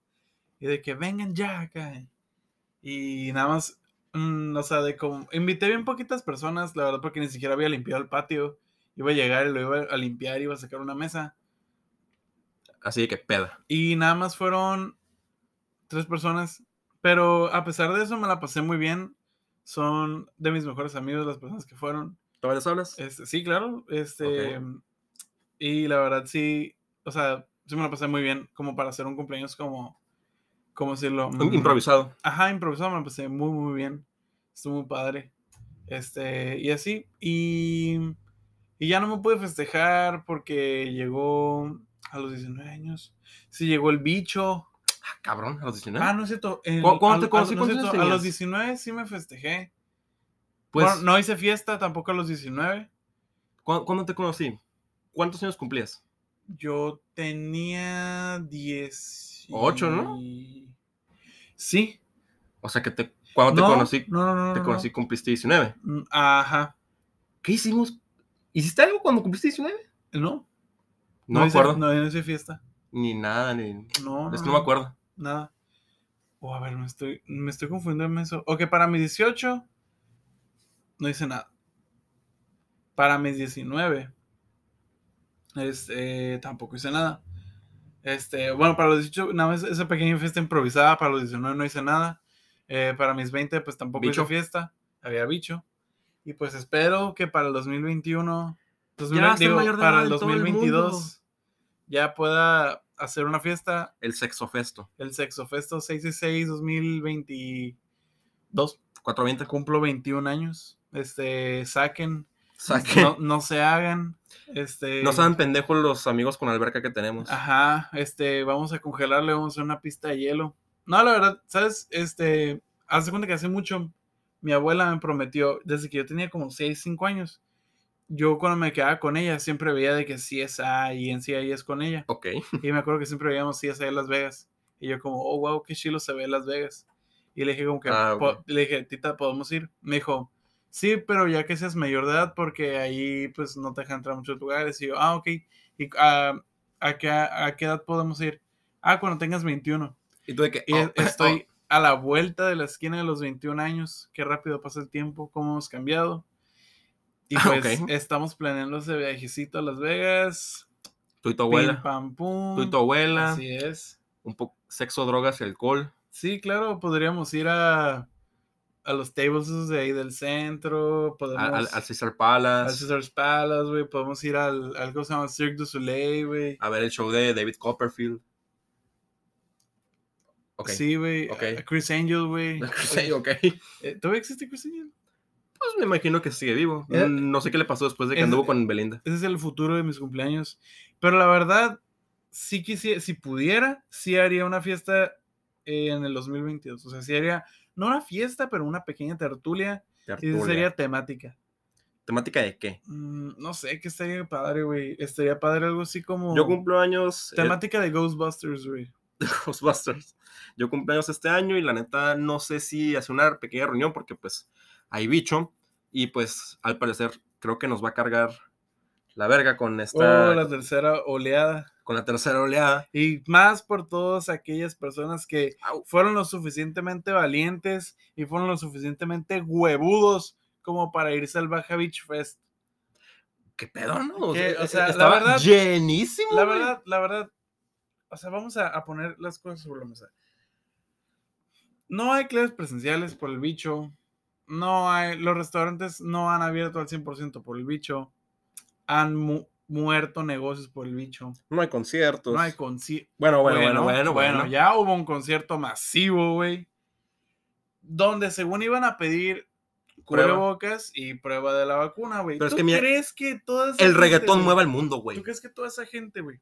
Y de que vengan ya acá. eh. Y nada más, mm, o sea, de como. Invité bien poquitas personas, la verdad, porque ni siquiera había limpiado el patio. Iba a llegar y lo iba a limpiar, iba a sacar una mesa. Así de que peda. Y nada más fueron tres personas. Pero a pesar de eso, me la pasé muy bien. Son de mis mejores amigos las personas que fueron. ¿Todavía les hablas? Este, sí, claro. Este. Y la verdad, sí. O sea, sí me la pasé muy bien. Como para hacer un cumpleaños como. ¿Cómo decirlo? Im- Mm, Improvisado. Ajá, improvisado me la pasé muy, muy bien. Estuvo muy padre. Este. Y así. Y. Y ya no me pude festejar porque llegó a los 19 años. Sí, llegó el bicho. Ah, cabrón, a los 19. Ah, no es cierto. el- ¿Cu- cuánto- a, lo- a- no cuántos- es cuántos años cierto, a los tenías? 19 sí me festejé. pues, Bueno, no hice fiesta tampoco a los 19. ¿cu- ¿cuándo te conocí? ¿Cuántos años cumplías? Yo tenía 10. Ocho, ¿no? Sí. O sea, que te, cuando te conocí, No, no, no. te no, conocí cumpliste 19. no. Mm, Ajá. ¿Qué hicimos? ¿Hiciste algo cuando cumpliste 19? ¿No? No, me hice- acuerdo. No, yo no hice fiesta. Ni nada, ni... No. Es que no me acuerdo. Nada. O a ver, me estoy, me estoy confundiendo en eso. Ok, para mis 18 no hice nada. Para mis 19 este, tampoco hice nada. Este, bueno, para los 18, nada más esa pequeña fiesta improvisada. Para los 19 no hice nada. Eh, para mis 20, pues tampoco Bicho. hice fiesta. Había bicho. Y pues espero que para el 2021, Ya soy 2020, mayor de para edad el en todo el 2022, ya pueda hacer una fiesta El sexofesto. el Sexofesto 6 y 6 2022. 420. Cumplo 21 años. Este, saquen, O sea, que no, no, no se hagan. Este, saben pendejos los amigos con alberca que tenemos. Ah. Ajá, este, vamos a congelarle, vamos a hacer una pista de hielo. No, la verdad, ¿sabes? Este, hace cuenta que hace mucho mi abuela me prometió, desde que yo tenía como 6, 5 años, yo cuando me quedaba con ella siempre veía de que CSI y en sí es con ella. Ok. Y me acuerdo que siempre veíamos CSI en Las Vegas. Y yo como, oh, wow, qué chilo se ve Las Vegas. Y le dije como que, Ah, "Po- ok. le dije, tita, ¿podemos ir? Me dijo, sí, pero ya que seas mayor de edad, porque ahí pues no te dejan entrar a muchos lugares. Y yo, ah, ok. ¿Y ah, ¿a, qué, a qué edad podemos ir? Ah, cuando tengas 21. Y tú de que... Y *coughs* oh, estoy a la vuelta de la esquina de los 21 años. Qué rápido pasa el tiempo, cómo hemos cambiado. Y Ah, pues ok. estamos planeando ese viajecito a Las Vegas. oh, tú y tu Pim, abuela. pam, pum. Tú y tu abuela. Así es. Un poco sexo, drogas y alcohol. Sí, claro, podríamos ir a, a los tables esos de ahí del centro, a- Al, podemos al Caesar al Palace. Caesar's Palace, güey, podemos ir al, al ¿cómo se llama? Cirque du Soleil, güey. A ver el show de David Copperfield. Ok. Sí, güey, ok. a- a Chris Angel, *laughs* güey. Sí, *laughs* ok. Eh, ¿Todavía existe Chris Angel? Pues me imagino que sigue vivo. Eh, No sé qué le pasó después de que es- anduvo con Belinda. Ese es el futuro de mis cumpleaños. Pero la verdad, sí quisiera, si pudiera, sí haría una fiesta eh, en el 2022. O sea, sí haría, no una fiesta, pero una pequeña tertulia. Y Tertulia. sería temática. ¿Temática de qué? Mm, no sé, que estaría padre, güey. Estaría padre algo así como Yo cumplo años. eh, temática de Ghostbusters, güey. de *laughs* Ghostbusters. Yo cumpleaños este año y la neta no sé si hacer una pequeña reunión porque pues hay bicho y pues al parecer creo que nos va a cargar la verga con esta Oh, la tercera oleada. con la tercera oleada. Y más por todas aquellas personas que Au. fueron lo suficientemente valientes y fueron lo suficientemente huevudos como para irse al Baja Beach Fest. ¿Qué pedo, no? O Que, sea, eh, o sea, la estaba verdad- llenísimo. La güey. verdad, la verdad, o sea, vamos a, a poner las cosas sobre la mesa. No hay clases presenciales por el bicho. No hay, los restaurantes no han abierto al 100% por el bicho. Han mu- muerto negocios por el bicho. no hay conciertos. no hay conciertos. Bueno, ah, bueno, bueno, bueno, bueno. ya hubo un concierto masivo, güey. Donde según iban a pedir Prueba. cubrebocas y prueba de la vacuna, güey. Pero es ¿Tú que mira, crees que toda esa El gente, reggaetón güey, mueve el mundo, güey. ¿Tú crees que toda esa gente, güey,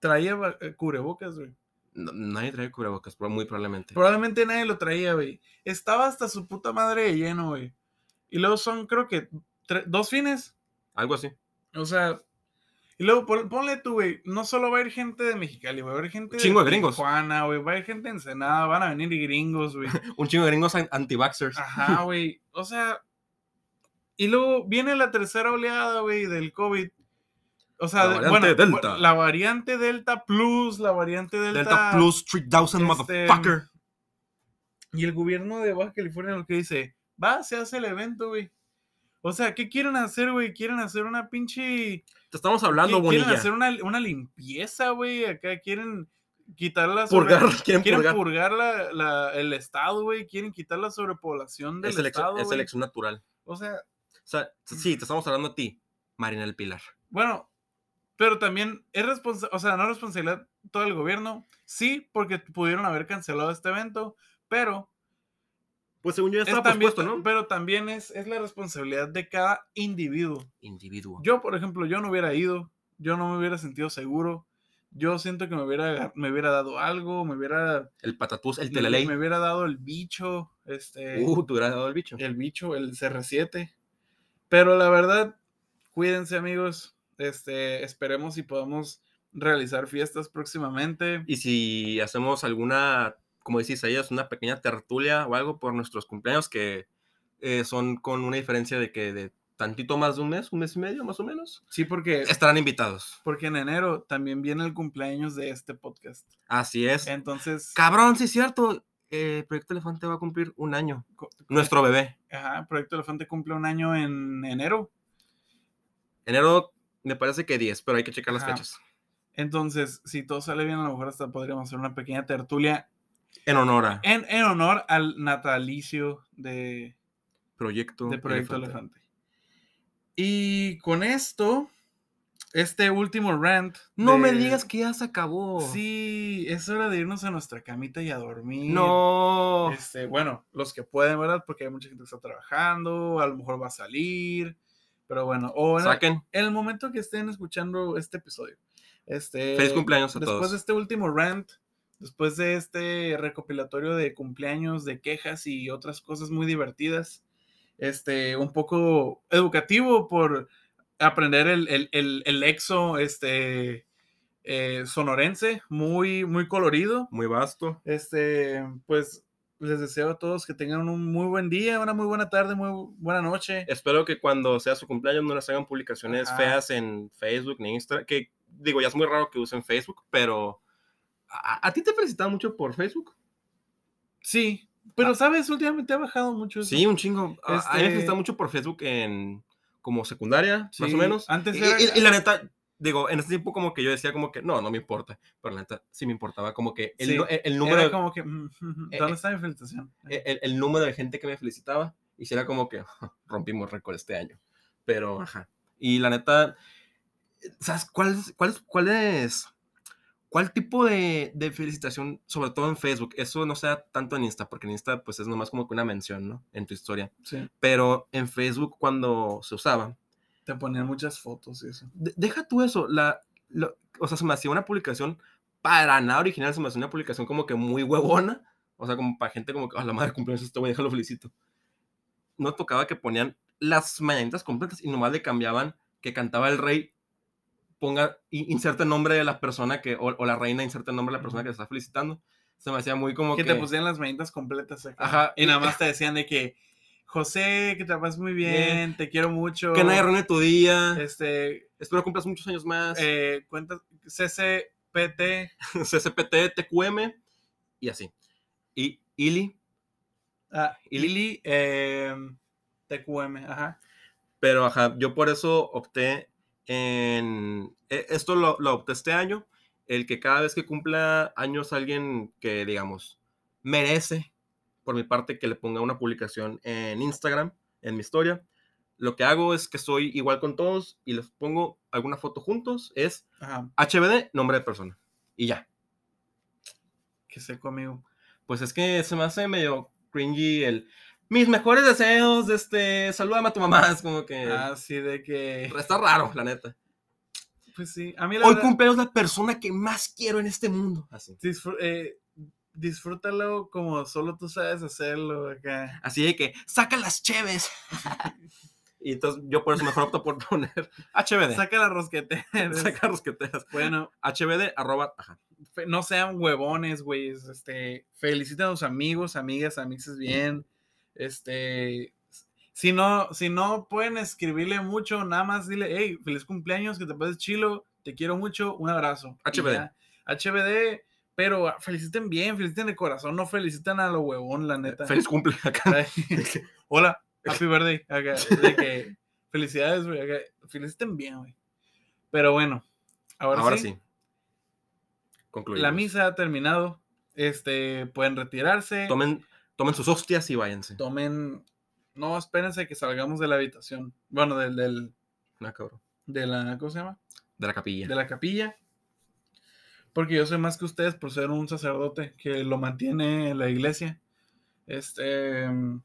traía va- eh, cubrebocas, güey? No- nadie trae cubrebocas, pero muy probablemente. Probablemente nadie lo traía, güey. Estaba hasta su puta madre de lleno, güey. Y luego son, creo que, tre- dos fines. Algo así. O sea, y luego pon- ponle tú, güey, no solo va a ir gente de Mexicali, güey, va a ir gente Chingo de de gringos. Tijuana, güey, va a ir gente de Ensenada, van a venir gringos, *laughs* güey. Un chingo de gringos an- anti-vaxxers. Ajá, güey. O sea, y luego viene la tercera oleada, güey, del COVID. O sea, La de- variante bueno, Delta. bu- la variante Delta Plus, la variante Delta, Delta Plus 3000, este, motherfucker. Y el gobierno de Baja California lo que dice, va, se hace el evento, güey. O sea, ¿qué quieren hacer, güey? Quieren hacer una pinche Te estamos hablando, qui- Bonilla. Quieren hacer una, una limpieza, güey. Acá quieren quitar la sobre- Purgar, *laughs* *laughs* quieren Quieren purgar. purgar, la- la- el estado, güey. Quieren quitar la sobrepoblación del Es, elección- estado. es güey. elección natural. O sea, O sea, sí, te estamos hablando a ti, Marina del Pilar. bueno, pero también es responsabilidad, o sea, no responsabilidad todo el gobierno. Sí, porque pudieron haber cancelado este evento, pero Pues según yo es también, pero también es, es la responsabilidad de cada individuo. Individuo. Yo, por ejemplo, yo no hubiera ido, yo no me hubiera sentido seguro, yo siento que me hubiera, me hubiera dado algo, me hubiera, el patatús, el me- teleley. me hubiera dado el bicho, este, Uh, te hubieras dado el bicho. el bicho, el CR7. Pero la verdad, cuídense amigos, este, esperemos si podamos realizar fiestas próximamente. Y si hacemos alguna, como decís, ahí es una pequeña tertulia o algo por nuestros cumpleaños que eh, son con una diferencia de que de tantito más de un mes, un mes y medio más o menos, Sí, porque, estarán invitados. porque en enero también viene el cumpleaños de este podcast. Así es. Entonces, Cabrón, sí es cierto. eh, Proyecto Elefante va a cumplir un año. co- Nuestro bebé. ajá, Proyecto Elefante cumple un año en enero. Enero me parece que 10, pero hay que checar las Ajá. fechas. Entonces, si todo sale bien, a lo mejor hasta podríamos hacer una pequeña tertulia En honor a en, en honor al natalicio de, Proyecto, de Proyecto Elefante. Elefante. Y con esto, este último rant. No me de- digas que ya se acabó. Sí, es hora de irnos a nuestra camita y a dormir. No. Este, bueno, los que pueden, ¿verdad? Porque hay mucha gente que está trabajando, a lo mejor va a salir. Pero bueno, o en el, Saquen. en el momento que estén escuchando este episodio. Este, Feliz cumpleaños a después todos. de este último rant, después de este recopilatorio de cumpleaños, de quejas y otras cosas muy divertidas, este, un poco educativo por aprender el, el, el- el lexo este, eh, sonorense, muy, muy colorido. Muy vasto. Este, pues les deseo a todos que tengan un muy buen día, una muy buena tarde, muy buena noche. Espero que cuando sea su cumpleaños no les hagan publicaciones Ajá. feas en Facebook ni Instagram. Que digo, ya es muy raro que usen Facebook, pero. ¿A, a- a ti te felicitan mucho por Facebook? Sí, pero sabes, últimamente ha bajado mucho. eso. Ah. Sí, un chingo. A- A mí me Este- felicitan mucho por Facebook en. como secundaria, más Sí, Ah, o menos. Antes Y, era- y- y la neta, digo, en ese tiempo como que yo decía como que no, no me importa. Pero la neta sí me importaba como que el, Sí, nu- el- el Era número, como que, mm, Eh, ¿dónde está mi felicitación? e, el, el número de gente que me felicitaba. Y sí era como que *laughs* rompimos récord este año. Pero, ajá. Y la neta, ¿sabes cuál es? ¿Cuál, es- cuál, es- cuál tipo de, de felicitación, sobre todo en Facebook? Eso no sea tanto en Insta, porque en Insta pues es nomás como que una mención, ¿no? En tu historia. Sí, Pero en Facebook cuando se usaba, te ponían muchas fotos y eso. de- deja tú eso, la, lo- o sea, se me hacía una publicación para nada original, se me hacía una publicación como que muy huevona, o sea, como para gente como que, a la madre cumpleaños este güey, déjalo felicito. No tocaba que ponían las mañanitas completas y nomás le cambiaban que cantaba el rey ponga, i- inserte el nombre de la persona que, o, o la reina inserte el nombre de la persona que está felicitando. Se me hacía muy como Que que... te pusieran las manitas completas acá. Ajá, Y nada *laughs* más te decían de que, José, que te vas muy bien, Bien. te quiero mucho. que nadie reúne tu día. Este, Espero cumplas muchos años más. *laughs* eh, cuentas, CCPT, CCPT, TQM y así. Y Ili, ah, y Lili, eh, TQM, ajá. pero ajá, yo por eso opté en... e- Esto lo, lo opté este año, el que cada vez que cumpla años alguien que, digamos, merece, por mi parte, que le ponga una publicación en Instagram, en mi historia. Lo que hago es que soy igual con todos y les pongo alguna foto juntos, es Ajá, HBD, nombre de persona. Y ya. que sé conmigo. Pues es que se me hace medio cringy el. Mis mejores deseos, este. Salúdame a tu mamá. Es como que. Así de que, Está raro, la neta. pues sí, a mí la Hoy verdad, cumpleaños la persona que más quiero en este mundo. Así. disfr- eh, disfrútalo como solo tú sabes hacerlo acá. Así de que, saca las cheves. *laughs* y entonces yo por eso mejor opto por poner HBD. Saca la rosquetera. *laughs* Saca rosqueteras. Bueno, HBD, arroba. Ajá. fe- no sean huevones, güey. es- Este, feliciten a sus amigos, amigas, amixes bien. Este, si no, si no pueden escribirle mucho, nada más dile, hey, feliz cumpleaños, que te pases chilo, te quiero mucho, un abrazo. y HBD. ya. HBD, pero ah, feliciten bien, feliciten de corazón, no feliciten a lo huevón, la neta. Feliz cumple acá. *laughs* Hola, happy birthday. acá, de *laughs* que, felicidades, güey. acá, Feliciten bien, güey. Pero bueno, ahora, Ahora sí. sí. Concluimos. La misa ha terminado. Este, pueden retirarse. Tomen. Tomen, tomen sus hostias y váyanse. no, espérense que salgamos de la habitación. Bueno, del, del- Ah, cabrón. de la, ¿cómo se llama? De la capilla. De la capilla. Porque yo soy más que ustedes por ser un sacerdote que lo mantiene la iglesia. Este, entonces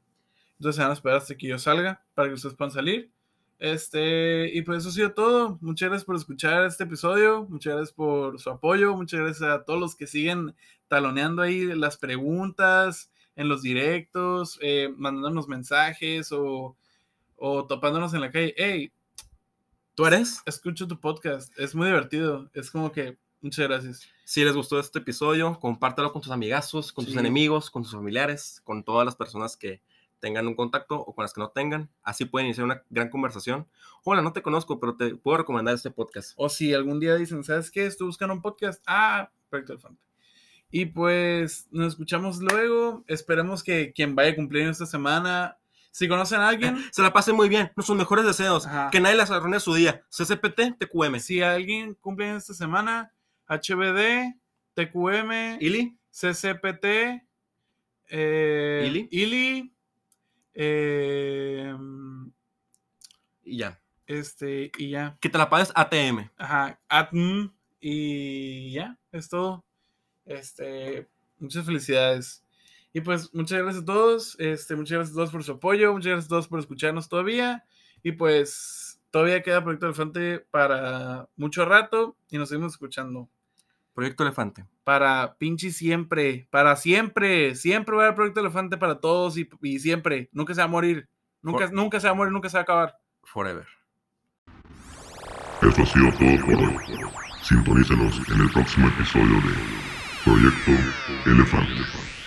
se van a esperar hasta que yo salga para que ustedes puedan salir. Este, y pues eso ha sido todo. Muchas gracias por escuchar este episodio. Muchas gracias por su apoyo. Muchas gracias a todos los que siguen taloneando ahí las preguntas en los directos, eh, mandándonos mensajes o, o topándonos en la calle. Hey, ¿Tú eres? escucho tu podcast, es muy divertido, es como que muchas gracias. Si les gustó este episodio, compártelo con tus amigazos, con tus Sí. enemigos, con tus familiares, con todas las personas que tengan un contacto o con las que no tengan. Así pueden iniciar una gran conversación. Hola, no te conozco, pero te puedo recomendar este podcast. O si algún día dicen, ¿sabes qué? Estoy buscando un podcast. Ah, perfecto, Elefante. Y pues nos escuchamos luego. Esperemos que quien vaya a cumplir esta semana, si conocen a *laughs* alguien, Se la pasen muy bien. Nuestros mejores deseos. Ajá. Que nadie les arruine su día. CCPT, TQM. pues si alguien cumple esta semana, HBD, TQM, Ili, CCPT, eh, Ili. Ili, eh, y ya. este, y ya. Que te la pases ATM. Ajá, atm, y ya, es todo. Este, muchas felicidades. Y pues muchas gracias a todos, este, muchas gracias a todos por su apoyo, muchas gracias a todos por escucharnos todavía. Y pues todavía queda Proyecto Elefante para mucho rato y nos seguimos escuchando. Proyecto Elefante. Para pinche siempre, para siempre, siempre va a haber Proyecto Elefante para todos y, y siempre, nunca se va a morir, nunca, Por- nunca se va a morir, nunca se va a acabar. Forever. Eso ha sido todo por hoy. Sintonícenos en el próximo episodio de Proyecto Elefante.